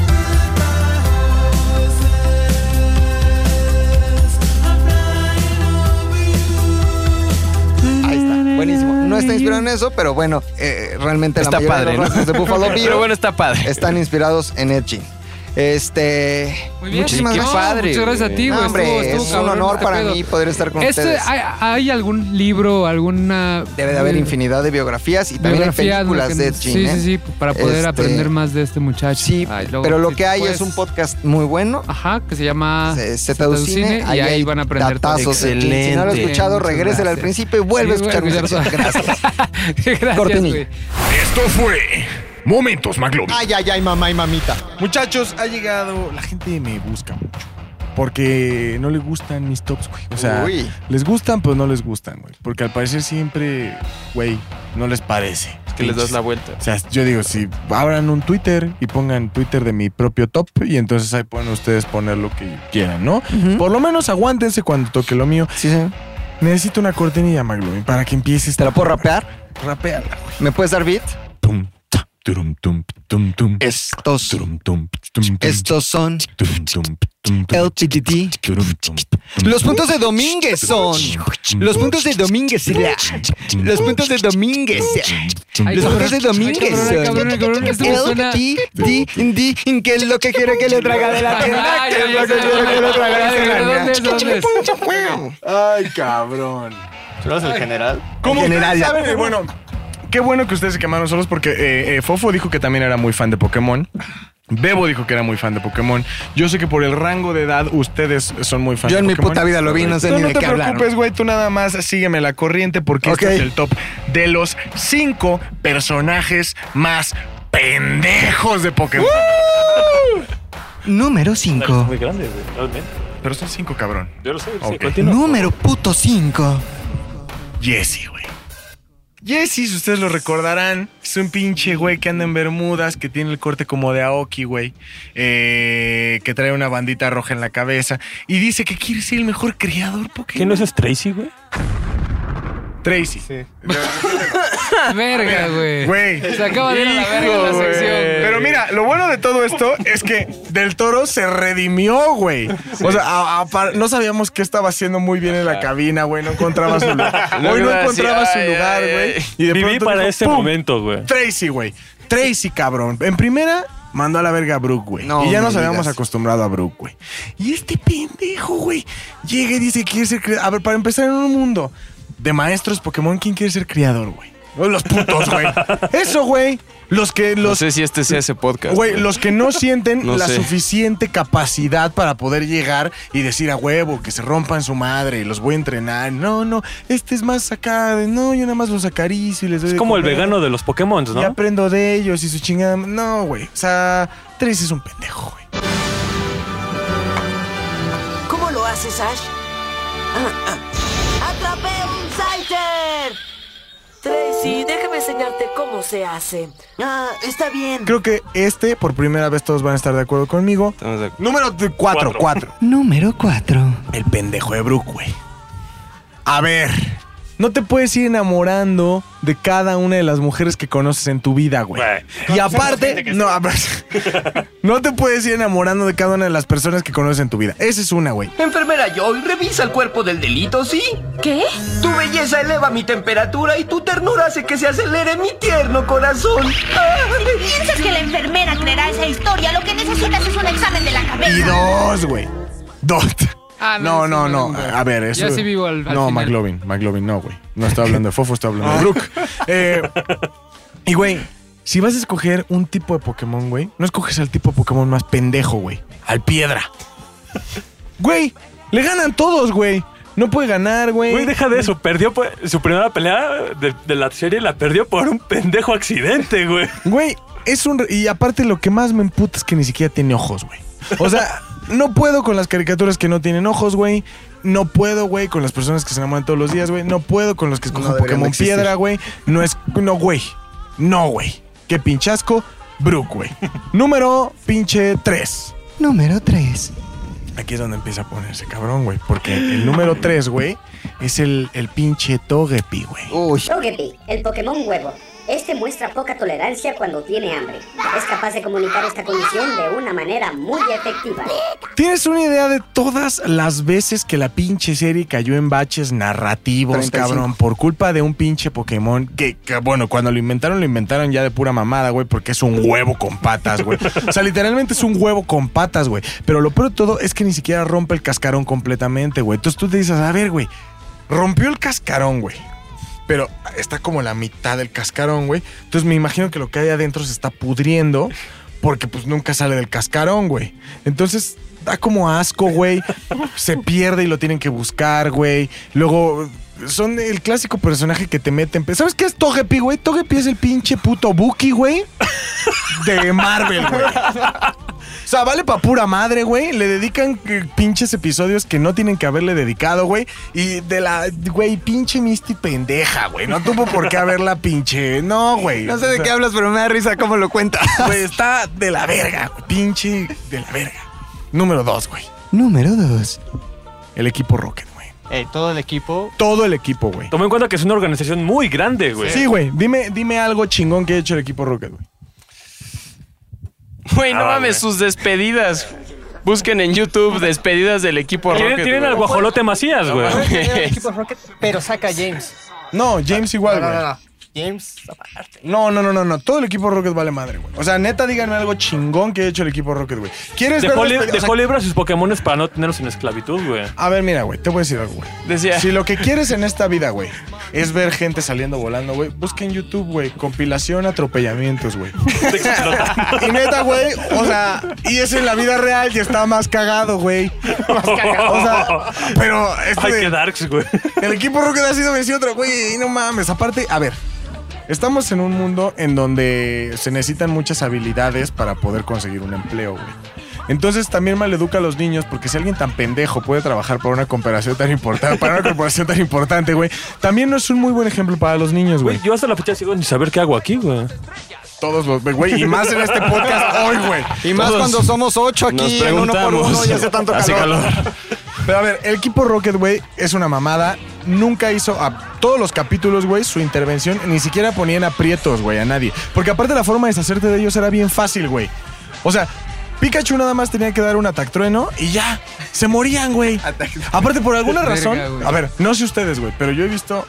Speaker 2: Ahí está, buenísimo. No está inspirado en eso, pero bueno, eh, realmente
Speaker 7: Está
Speaker 2: la mayoría
Speaker 7: padre,
Speaker 2: de
Speaker 7: ¿no?
Speaker 2: los rasgos de Buffalo Bill
Speaker 7: Pero bueno, está padre.
Speaker 2: están inspirados en Ed Gein. Este,
Speaker 3: Muy bien.
Speaker 2: muchísimas
Speaker 3: No,
Speaker 2: gracias.
Speaker 7: padre,
Speaker 3: Muchas gracias a ti,
Speaker 2: No,
Speaker 3: güey.
Speaker 2: hombre,
Speaker 3: Estuvo- estuvo
Speaker 2: es un
Speaker 3: cabrón
Speaker 2: honor
Speaker 3: este
Speaker 2: para
Speaker 3: pedo.
Speaker 2: mí poder estar con
Speaker 3: Este,
Speaker 2: ustedes.
Speaker 3: ¿hay, hay algún libro, alguna.
Speaker 2: Debe de haber infinidad de biografías y también hay
Speaker 3: biografía
Speaker 2: películas
Speaker 3: que-
Speaker 2: de Ed Gein.
Speaker 3: mm, Sí,
Speaker 2: ¿eh?
Speaker 3: sí, sí, para poder
Speaker 2: Este-
Speaker 3: aprender más de este muchacho.
Speaker 2: Sí,
Speaker 3: Ay, luego, pues.
Speaker 2: pero lo
Speaker 3: si
Speaker 2: que hay
Speaker 3: puedes-
Speaker 2: es un podcast muy bueno.
Speaker 3: Ajá, que Ah, se llama
Speaker 2: Se, se traducine,
Speaker 3: Cine, y ahí van a aprender todo.
Speaker 2: datazos de Jin. Si no lo has
Speaker 7: Excelente.
Speaker 2: escuchado,
Speaker 3: Muchas
Speaker 2: regrésela al
Speaker 3: gracias.
Speaker 2: principio y vuelve a
Speaker 3: Sí,
Speaker 2: escuchar mi
Speaker 3: vuelve a
Speaker 2: sección.
Speaker 3: escuchar.
Speaker 2: Gracias.
Speaker 3: Gracias,
Speaker 2: Cortinilla.
Speaker 3: güey.
Speaker 19: Esto fue Momentos McLovin.
Speaker 2: Ay, ay, ay, mamá y mamita.
Speaker 1: Muchachos, ha llegado. La gente me busca mucho. Porque no le gustan mis tops, güey. O sea,
Speaker 2: Uy.
Speaker 1: les gustan, pero no les gustan, güey. Porque al parecer siempre, güey, no les parece.
Speaker 7: Que les das la vuelta.
Speaker 1: O sea, yo digo, si abran un Twitter y pongan Twitter de mi propio top, y entonces ahí pueden ustedes poner lo que quieran, ¿no?
Speaker 2: Ujú.
Speaker 1: Por lo menos aguántense cuando toque lo mío.
Speaker 2: Sí, sí.
Speaker 1: Necesito una cortinilla, McLovin, para que empieces.
Speaker 2: ¿Te la puedo rapear?
Speaker 1: Rapeala, güey.
Speaker 2: ¿Me puedes dar beat?
Speaker 1: Tum, ta, turum, tum, tum, tum.
Speaker 2: Estos,
Speaker 1: Turum, tum, tum, tum.
Speaker 2: estos son
Speaker 1: Turum, tum, tum, tum.
Speaker 2: LTTT.
Speaker 1: Turum, tum,
Speaker 2: Los puntos de Domínguez son. Los puntos de Domínguez serán. Los puntos de Domínguez serán.
Speaker 3: Ay,
Speaker 2: Los
Speaker 3: cabrón.
Speaker 2: puntos de Domínguez
Speaker 3: Ay, cabrón, ay, cabrón, ay, cabrón, esto me
Speaker 2: son.
Speaker 3: suena-
Speaker 2: L, T, D, D, D, que es lo que quiere que le traga de la tienda.
Speaker 3: Ay,
Speaker 2: que es
Speaker 3: ay,
Speaker 2: lo
Speaker 3: ay,
Speaker 2: que
Speaker 3: ay,
Speaker 2: quiere
Speaker 3: ay,
Speaker 2: que le
Speaker 3: ay,
Speaker 2: traga
Speaker 3: ay,
Speaker 2: de
Speaker 3: ay,
Speaker 2: la
Speaker 3: ¿dónde es? ¿dónde es?
Speaker 20: Ay, cabrón.
Speaker 8: ¿Tú eres el general?
Speaker 20: Como
Speaker 1: El general,
Speaker 20: ustedes
Speaker 1: ya.
Speaker 20: saben, eh, bueno,
Speaker 1: Qué bueno que ustedes se quemaron solos porque eh, eh, Fofo dijo que también era muy fan de Pokémon. Bebo dijo que era muy fan de Pokémon. Yo sé que por el rango de edad ustedes son muy fans
Speaker 2: Yo
Speaker 1: de
Speaker 2: en mi
Speaker 1: Pokémon.
Speaker 2: puta vida lo vi, no sé ni de
Speaker 1: te
Speaker 2: qué hablar.
Speaker 1: preocupes, güey, tú nada más sígueme la corriente porque
Speaker 2: Ok.
Speaker 1: este es el top de los cinco personajes más pendejos de Pokémon.
Speaker 2: Número 5.
Speaker 4: Muy grande, güey, realmente.
Speaker 1: Pero son cinco, cabrón.
Speaker 4: Yo lo sé, sí,
Speaker 1: Ok.
Speaker 4: continúa.
Speaker 2: Número puto 5.
Speaker 1: Jesse, güey. Jesse, si ustedes lo recordarán, es un pinche güey que anda en Bermudas, que tiene el corte como de Aoki, güey. eh, que trae una bandita roja en la cabeza. Y dice que quiere ser el mejor criador Pokémon.
Speaker 4: ¿Quién no es Tracy, güey?
Speaker 1: Tracy.
Speaker 3: Verga, güey.
Speaker 1: Güey.
Speaker 3: Se acaba de ir a la verga la
Speaker 1: Hijo, güey.
Speaker 3: sección.
Speaker 1: Pero mira, lo bueno de todo esto es que Del Toro se redimió, güey. O sea, a- a- pa- no sabíamos qué estaba haciendo muy bien en la cabina, güey. No encontraba su lugar.
Speaker 4: Luego
Speaker 1: Hoy no
Speaker 4: iba a decir,
Speaker 1: encontraba su
Speaker 4: "Ay,
Speaker 1: lugar,
Speaker 4: ay,
Speaker 1: güey.
Speaker 4: ay".
Speaker 1: Y de
Speaker 4: Viví
Speaker 1: pronto
Speaker 4: para
Speaker 1: dijo,
Speaker 4: ese
Speaker 1: "Pum".
Speaker 4: momento, güey.
Speaker 1: Tracy, güey. Tracy, cabrón. En primera, mandó a la verga a Brooke, güey.
Speaker 2: No
Speaker 1: y ya nos
Speaker 2: me
Speaker 1: habíamos
Speaker 2: digas.
Speaker 1: acostumbrado a Brooke, güey. Y este pendejo, güey, llega y dice que quiere ser criador. A ver, para empezar en un mundo de maestros Pokémon, ¿quién quiere ser criador, güey? Oh, Los putos, güey. Eso, güey. Los que
Speaker 7: No
Speaker 1: los
Speaker 7: sé si este sea ese podcast.
Speaker 1: Güey, los que no sienten
Speaker 7: No
Speaker 1: la
Speaker 7: sé.
Speaker 1: suficiente capacidad para poder llegar y decir a huevo que se rompan su madre, los voy a entrenar. No, no, este es más acá, de, no, yo nada más los acaricio y les doy.
Speaker 4: Es
Speaker 1: de
Speaker 4: como el
Speaker 1: comer.
Speaker 4: vegano de los Pokémon,
Speaker 1: Y
Speaker 4: ¿no?
Speaker 1: aprendo de ellos y su chingada. No, güey. O sea, Tres es un pendejo, güey.
Speaker 21: ¿Cómo lo haces, Ash? Ah, ¡Atrapé un Scyther! Tracy, déjame enseñarte cómo se hace. Ah, está bien.
Speaker 1: Creo que este, por primera vez, todos van a estar de acuerdo conmigo. Número 4, 4.
Speaker 2: Número 4.
Speaker 1: El pendejo de Brook, güey. A ver, no te puedes ir enamorando de cada una de las mujeres que conoces en tu vida, güey. Y aparte, no, a ver, no te puedes ir enamorando de cada una de las personas que conoces en tu vida. Esa es una, güey.
Speaker 22: Enfermera Joy, revisa el cuerpo del delito, ¿sí? ¿Qué? Tu belleza eleva mi temperatura y tu ternura hace que se acelere mi tierno corazón.
Speaker 23: Si piensas que la enfermera creerá esa historia, lo que necesitas es un examen de la cabeza.
Speaker 1: Y dos, güey. Dos.
Speaker 23: Ah,
Speaker 1: No, no, no. A ver, eso.
Speaker 3: Ya sí vivo al- al
Speaker 1: No,
Speaker 3: final. Ah.
Speaker 1: McLovin, McLovin, no, güey. No estoy hablando de Fofo, estoy hablando de Brook. Eh, y, güey, si vas a escoger un tipo de Pokémon, güey, no escoges al tipo de Pokémon más pendejo, güey. Al piedra. Güey, le ganan todos, güey. No puede ganar, güey.
Speaker 4: Güey, deja de eso. Perdió pues, su primera pelea de, de la serie, la perdió por un pendejo accidente, güey.
Speaker 1: Güey, es un. re- Y aparte, lo que más me emputa es que ni siquiera tiene ojos, güey. O sea, no puedo con las caricaturas que no tienen ojos, güey. No puedo, güey, con las personas que se enamoran todos los días, güey. No puedo con los que escogen
Speaker 2: No deberían de
Speaker 1: Pokémon
Speaker 2: existir.
Speaker 1: Piedra, güey. No es. No, güey. No, güey. Qué pinchasco. Brook, güey. Número pinche 3.
Speaker 2: Número 3.
Speaker 1: Aquí es donde empieza a ponerse cabrón, güey. Porque el número 3, güey, es el, el pinche Togepi, güey.
Speaker 6: Togepi, el Pokémon huevo. Este muestra poca tolerancia cuando tiene hambre. Es capaz de comunicar esta condición de una manera muy efectiva.
Speaker 1: ¿Tienes una idea de todas las veces que la pinche serie cayó en baches narrativos,
Speaker 2: 35?
Speaker 1: cabrón? Por culpa de un pinche Pokémon que, que, bueno, cuando lo inventaron, lo inventaron ya de pura mamada, güey, porque es un huevo con patas, güey. O sea, literalmente es un huevo con patas, güey. Pero lo peor de todo es que ni siquiera rompe el cascarón completamente, güey. Entonces tú te dices, a ver, güey, rompió el cascarón, güey. Pero está como la mitad del cascarón, güey. Entonces me imagino que lo que hay adentro se está pudriendo porque pues nunca sale del cascarón, güey. Entonces da como asco, güey. Se pierde y lo tienen que buscar, güey. Luego son el clásico personaje que te meten. ¿Sabes qué es Togepi, güey? Togepi es el pinche puto Buki, güey. De Marvel, güey. O sea, vale pa' pura madre, güey. Le dedican eh, pinches episodios que no tienen que haberle dedicado, güey. Y de la, güey, pinche Misty pendeja, güey. No tuvo por qué haberla pinche. No, güey.
Speaker 2: No sé de
Speaker 1: O sea,
Speaker 2: qué hablas, pero me da risa cómo lo cuentas.
Speaker 1: Güey, está de la verga, güey. Pinche de la verga. Número dos, güey.
Speaker 2: Número 2.
Speaker 1: El equipo Rocket, güey.
Speaker 8: Eh, todo el equipo.
Speaker 1: Todo el equipo, güey.
Speaker 4: Toma en cuenta que es una organización muy grande, güey.
Speaker 1: Sí, güey. Dime, dime algo chingón que ha hecho el equipo Rocket, güey.
Speaker 7: Güey, no
Speaker 1: Ah,
Speaker 7: mames, sus despedidas. Busquen en YouTube despedidas del equipo
Speaker 4: Tienen-
Speaker 7: Rocket.
Speaker 4: tienen
Speaker 7: güey.
Speaker 4: al guajolote Macías, güey.
Speaker 7: mames.
Speaker 8: Este equipo Rocket, pero saca a James.
Speaker 1: No, James igual,
Speaker 2: Ah,
Speaker 8: No,
Speaker 1: güey.
Speaker 8: no, no. James, aparte.
Speaker 1: No, no, no, no, no. Todo el equipo Rocket vale madre, güey. O sea, neta, díganme algo chingón que ha hecho el equipo Rocket, güey. ¿Quieres
Speaker 4: Dejó,
Speaker 1: ver
Speaker 4: li-
Speaker 1: los pe- o sea,
Speaker 4: dejó libre a sus Pokémones para no tenerlos en esclavitud, güey.
Speaker 1: A ver, mira, güey, te voy a decir algo, güey.
Speaker 4: Decía-
Speaker 1: Si lo que quieres en esta vida, güey, es ver gente saliendo volando, güey, busca en YouTube, güey, compilación atropellamientos, güey. y neta, güey, o sea, y es en la vida real y está más cagado, güey. Más cagado. O sea, pero este
Speaker 4: Ay,
Speaker 1: de-
Speaker 4: qué darks, güey.
Speaker 1: el equipo Rocket ha sido vencido otra, güey, no mames. Aparte, a ver, estamos en un mundo en donde se necesitan muchas habilidades para poder conseguir un empleo, güey. Entonces también maleduca a los niños porque si alguien tan pendejo puede trabajar para una corporación tan importante, para una corporación tan importante, güey, también no es un muy buen ejemplo para los niños, güey.
Speaker 4: Yo hasta la fecha sigo sin saber qué hago aquí, güey.
Speaker 1: Todos los, güey, y más en este podcast hoy, güey.
Speaker 2: Y más
Speaker 1: Todos
Speaker 2: cuando somos ocho
Speaker 1: nos
Speaker 2: aquí, en uno por uno
Speaker 1: preguntamos.
Speaker 2: y hace tanto
Speaker 1: Hace
Speaker 2: calor.
Speaker 1: Pero a ver, el equipo Rocket, güey, es una mamada. Nunca hizo a todos los capítulos, güey, su intervención. Ni siquiera ponían aprietos, güey, a nadie. Porque aparte la forma de deshacerte de ellos era bien fácil, güey. O sea, Pikachu nada más tenía que dar un atactrueno y ya. Se morían, güey. Aparte, por alguna
Speaker 3: Verga,
Speaker 1: razón.
Speaker 3: güey.
Speaker 1: A ver, no sé ustedes, güey, pero yo he visto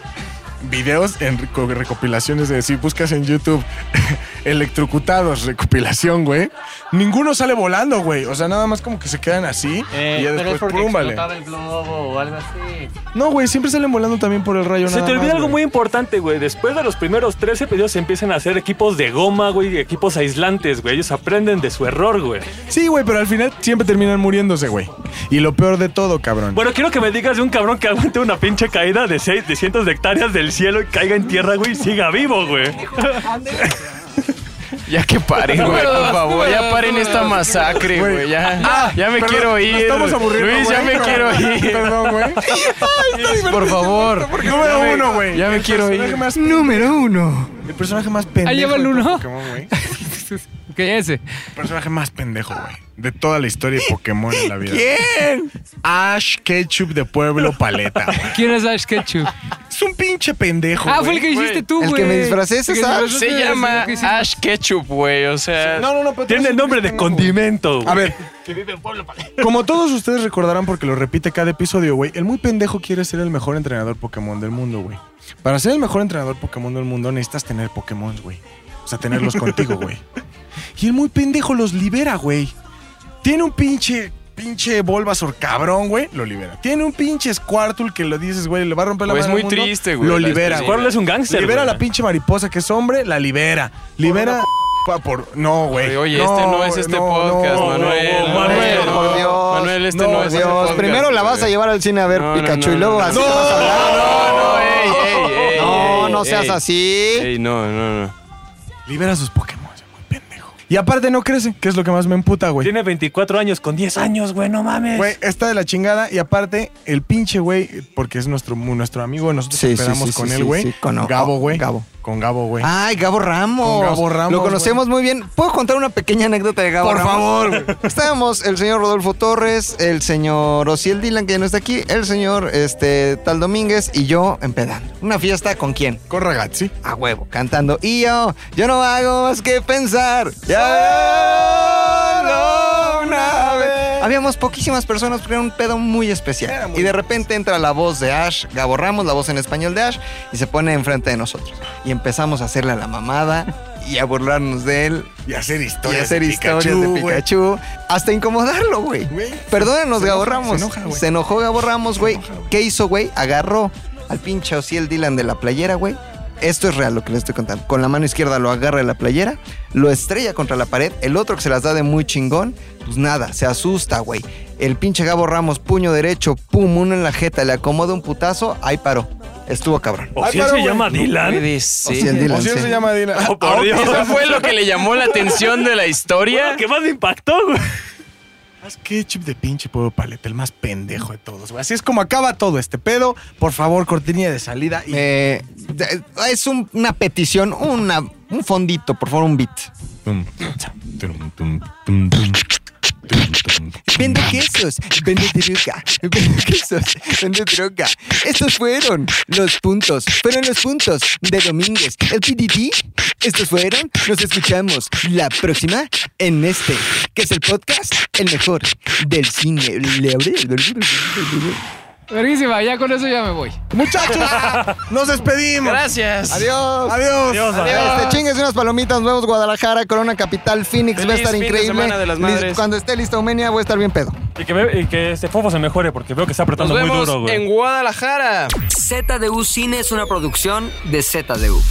Speaker 1: videos en reco- recopilaciones de decir, buscas en YouTube electrocutados, recopilación, güey. Ninguno sale volando, güey. O sea, nada más como que se quedan así y ya
Speaker 8: Eh, pero es
Speaker 1: después
Speaker 8: porque
Speaker 1: pum, vale.
Speaker 8: explotaba el globo o algo así.
Speaker 1: No, güey, siempre salen volando también por el rayo.
Speaker 4: Se
Speaker 1: nada
Speaker 4: te olvida
Speaker 1: más,
Speaker 4: algo
Speaker 1: güey.
Speaker 4: muy importante, güey. Después de los primeros 13 episodios se empiezan a hacer equipos de goma, güey, y equipos aislantes, güey. Ellos aprenden de su error, güey.
Speaker 1: Sí, güey, pero al final siempre terminan muriéndose, güey. Y lo peor de todo, cabrón.
Speaker 4: Bueno, quiero que me digas de un cabrón que aguante una pinche caída de, seis, de cientos de hectáreas del cielo y caiga en tierra, güey, y siga vivo, güey.
Speaker 7: Ya que paren, güey, por favor. Ya paren esta masacre, güey.
Speaker 2: ah,
Speaker 7: Ya, Ah, ya me
Speaker 1: perdón,
Speaker 7: quiero
Speaker 1: nos
Speaker 7: ir.
Speaker 1: estamos aburriendo,
Speaker 7: Luis, ya
Speaker 1: güey,
Speaker 7: me quiero
Speaker 1: pero-
Speaker 7: ir.
Speaker 1: Perdón, güey.
Speaker 7: Por favor.
Speaker 1: Número
Speaker 7: Ya me-
Speaker 1: uno, güey.
Speaker 7: Ya me
Speaker 1: El
Speaker 7: quiero
Speaker 1: personaje
Speaker 7: ir.
Speaker 1: más-
Speaker 2: Número uno.
Speaker 1: El personaje más pendejo.
Speaker 3: Ahí lleva el
Speaker 1: de todo
Speaker 3: uno.
Speaker 1: Pokémon, güey.
Speaker 3: ¿Qué ese?
Speaker 1: El personaje más pendejo, güey. De toda la historia de Pokémon en la vida.
Speaker 3: ¿Quién?
Speaker 1: Ash Ketchup de Pueblo Paleta. güey.
Speaker 3: ¿Quién es Ash Ketchum?
Speaker 1: Es un pinche pendejo.
Speaker 3: Ah, fue
Speaker 1: güey.
Speaker 3: el que hiciste tú, güey.
Speaker 1: El que me disfracé, ese
Speaker 3: El que
Speaker 1: es Ash.
Speaker 3: disfrazaste
Speaker 7: Se
Speaker 3: de-
Speaker 7: llama
Speaker 3: lo que hiciste.
Speaker 7: Ash Ketchup, güey. O sea.
Speaker 1: No, no, no, pero tú
Speaker 4: Tiene
Speaker 1: eres
Speaker 4: el
Speaker 1: un
Speaker 4: nombre de
Speaker 1: pendejo, güey.
Speaker 4: condimento, güey.
Speaker 1: A ver,
Speaker 8: Que vive en Pueblo Paleta.
Speaker 1: como todos ustedes recordarán porque lo repite cada episodio, güey, el muy pendejo quiere ser el mejor entrenador Pokémon del mundo, güey. Para ser el mejor entrenador Pokémon del mundo necesitas tener Pokémon, güey. O sea, tenerlos contigo, güey. Y el muy pendejo los libera, güey. Tiene un pinche pinche Bulbasaur cabrón, güey, lo libera. Tiene un pinche Squirtle que lo dices, güey, le va a romper la
Speaker 7: Güey,
Speaker 1: mano
Speaker 7: es
Speaker 1: al
Speaker 7: muy
Speaker 1: mundo,
Speaker 7: triste, güey,
Speaker 1: Lo
Speaker 7: la
Speaker 1: libera.
Speaker 7: despedida. Squirtle es un
Speaker 4: gángster,
Speaker 1: Libera
Speaker 4: güey.
Speaker 1: la pinche mariposa que es hombre, la libera. Libera pa- por no, güey.
Speaker 7: Oye, este no es este podcast, Manuel. Manuel,
Speaker 1: no,
Speaker 7: por Dios. Manuel, este no, es este
Speaker 2: Dios,
Speaker 7: podcast,
Speaker 2: primero la vas a
Speaker 7: güey.
Speaker 2: llevar al cine a ver
Speaker 7: No, no,
Speaker 2: Pikachu
Speaker 7: no,
Speaker 2: y luego
Speaker 7: no,
Speaker 2: así
Speaker 7: no,
Speaker 2: te vas a hablar.
Speaker 7: No, ey, ey, ey,
Speaker 2: No,
Speaker 7: ey,
Speaker 2: no seas
Speaker 7: ey.
Speaker 2: así.
Speaker 7: Ey, no, no, no.
Speaker 1: Libera sus Pokémon, es muy pendejo. Y aparte no crece, que es lo que más me emputa, güey.
Speaker 4: Tiene 24 años, con 10 años, güey, no mames.
Speaker 1: Güey, está de la chingada. Y aparte, el pinche güey, porque es nuestro, nuestro amigo, nosotros
Speaker 2: Sí, sí,
Speaker 1: esperamos
Speaker 2: sí,
Speaker 1: con
Speaker 2: sí,
Speaker 1: él,
Speaker 2: sí,
Speaker 1: güey.
Speaker 2: sí, con-
Speaker 1: Gabo, güey.
Speaker 2: Gabo. Ah,
Speaker 1: Con Gabo, güey.
Speaker 2: Ay, Gabo Ramos.
Speaker 1: Con Gabo Ramos,
Speaker 2: Lo conocemos muy bien. ¿Puedo contar una pequeña anécdota de Gabo
Speaker 1: Por
Speaker 2: Ramos?
Speaker 1: favor, güey.
Speaker 2: Estábamos el señor Rodolfo Torres, el señor Ociel Dylan, que ya no está aquí, el señor este, Tal Domínguez y yo empedando. ¿Una fiesta con quién?
Speaker 1: Con Ragazzi.
Speaker 2: A huevo, cantando. Y yo, yo no hago más que pensar. Ya solo una vez. Habíamos poquísimas personas porque era un pedo muy especial. y de repente entra la voz de Ash, Gabo Ramos, la voz en español de Ash, y se pone enfrente de nosotros. Y empezamos a hacerle a la mamada y a burlarnos de él
Speaker 1: Y hacer
Speaker 2: y
Speaker 1: historias.
Speaker 2: hacer
Speaker 1: de
Speaker 2: historias
Speaker 1: Pikachu,
Speaker 2: de
Speaker 1: güey.
Speaker 2: Pikachu. Hasta incomodarlo, güey.
Speaker 1: Güey,
Speaker 2: Perdónenos,
Speaker 1: se
Speaker 2: Gabo
Speaker 1: enoja,
Speaker 2: Ramos.
Speaker 1: se enoja, güey.
Speaker 2: enojó Gabo Ramos, güey. ¿Qué hizo, güey? Agarró al pinche Ociel Dylan de la playera, güey. Esto es real lo que le estoy contando. Con la mano izquierda lo agarra de la playera, lo estrella contra la pared. El otro que se las da de muy chingón, pues nada, se asusta, güey. El pinche Gabo Ramos, puño derecho, pum, uno en la jeta, le acomoda un putazo, ahí paró. Estuvo cabrón.
Speaker 4: ¿O si él
Speaker 1: Ay,
Speaker 4: se
Speaker 1: pero,
Speaker 4: llama
Speaker 1: güey, Ah,
Speaker 4: Dylan?
Speaker 2: Ociel Dylan,
Speaker 1: O si él
Speaker 2: sí.
Speaker 1: se llama Dylan.
Speaker 4: Oh, por Dios.
Speaker 7: ¿Eso fue lo que le llamó la atención de la
Speaker 4: Fue
Speaker 7: historia?
Speaker 4: lo que más me impactó, güey.
Speaker 1: Más ketchup Ah, de pinche pueblo paleta, el más pendejo de todos, güey. Así es como acaba todo este pedo. Por favor, cortinilla de salida. Y...
Speaker 2: Eh, de- es un- una petición, una, un fondito, por favor, un beat. Vende quesos, vende truca, vende quesos, vende truca. Estos fueron los puntos, fueron los puntos de Domínguez, el PDT. Estos fueron, nos escuchamos la próxima en este que es el podcast, el mejor del cine.
Speaker 3: Verguísima, ya con eso ya me voy.
Speaker 2: Muchachos,
Speaker 1: nos despedimos.
Speaker 7: Gracias.
Speaker 2: Adiós.
Speaker 1: Adiós.
Speaker 2: Adiós. Te chingues unas palomitas, nos vemos Guadalajara, Corona Capital, Phoenix, va a
Speaker 7: Feliz
Speaker 2: estar
Speaker 7: fin de
Speaker 2: increíble.
Speaker 7: semana de las
Speaker 2: Lis-
Speaker 7: madres.
Speaker 2: Cuando esté lista Omenia, voy a estar bien pedo.
Speaker 4: Y que, ve- y que este fofo se mejore porque veo que está
Speaker 7: Nos
Speaker 4: apretando muy
Speaker 7: vemos
Speaker 4: duro, güey.
Speaker 7: en Guadalajara.
Speaker 6: ZDU Cine es una producción de ZDU.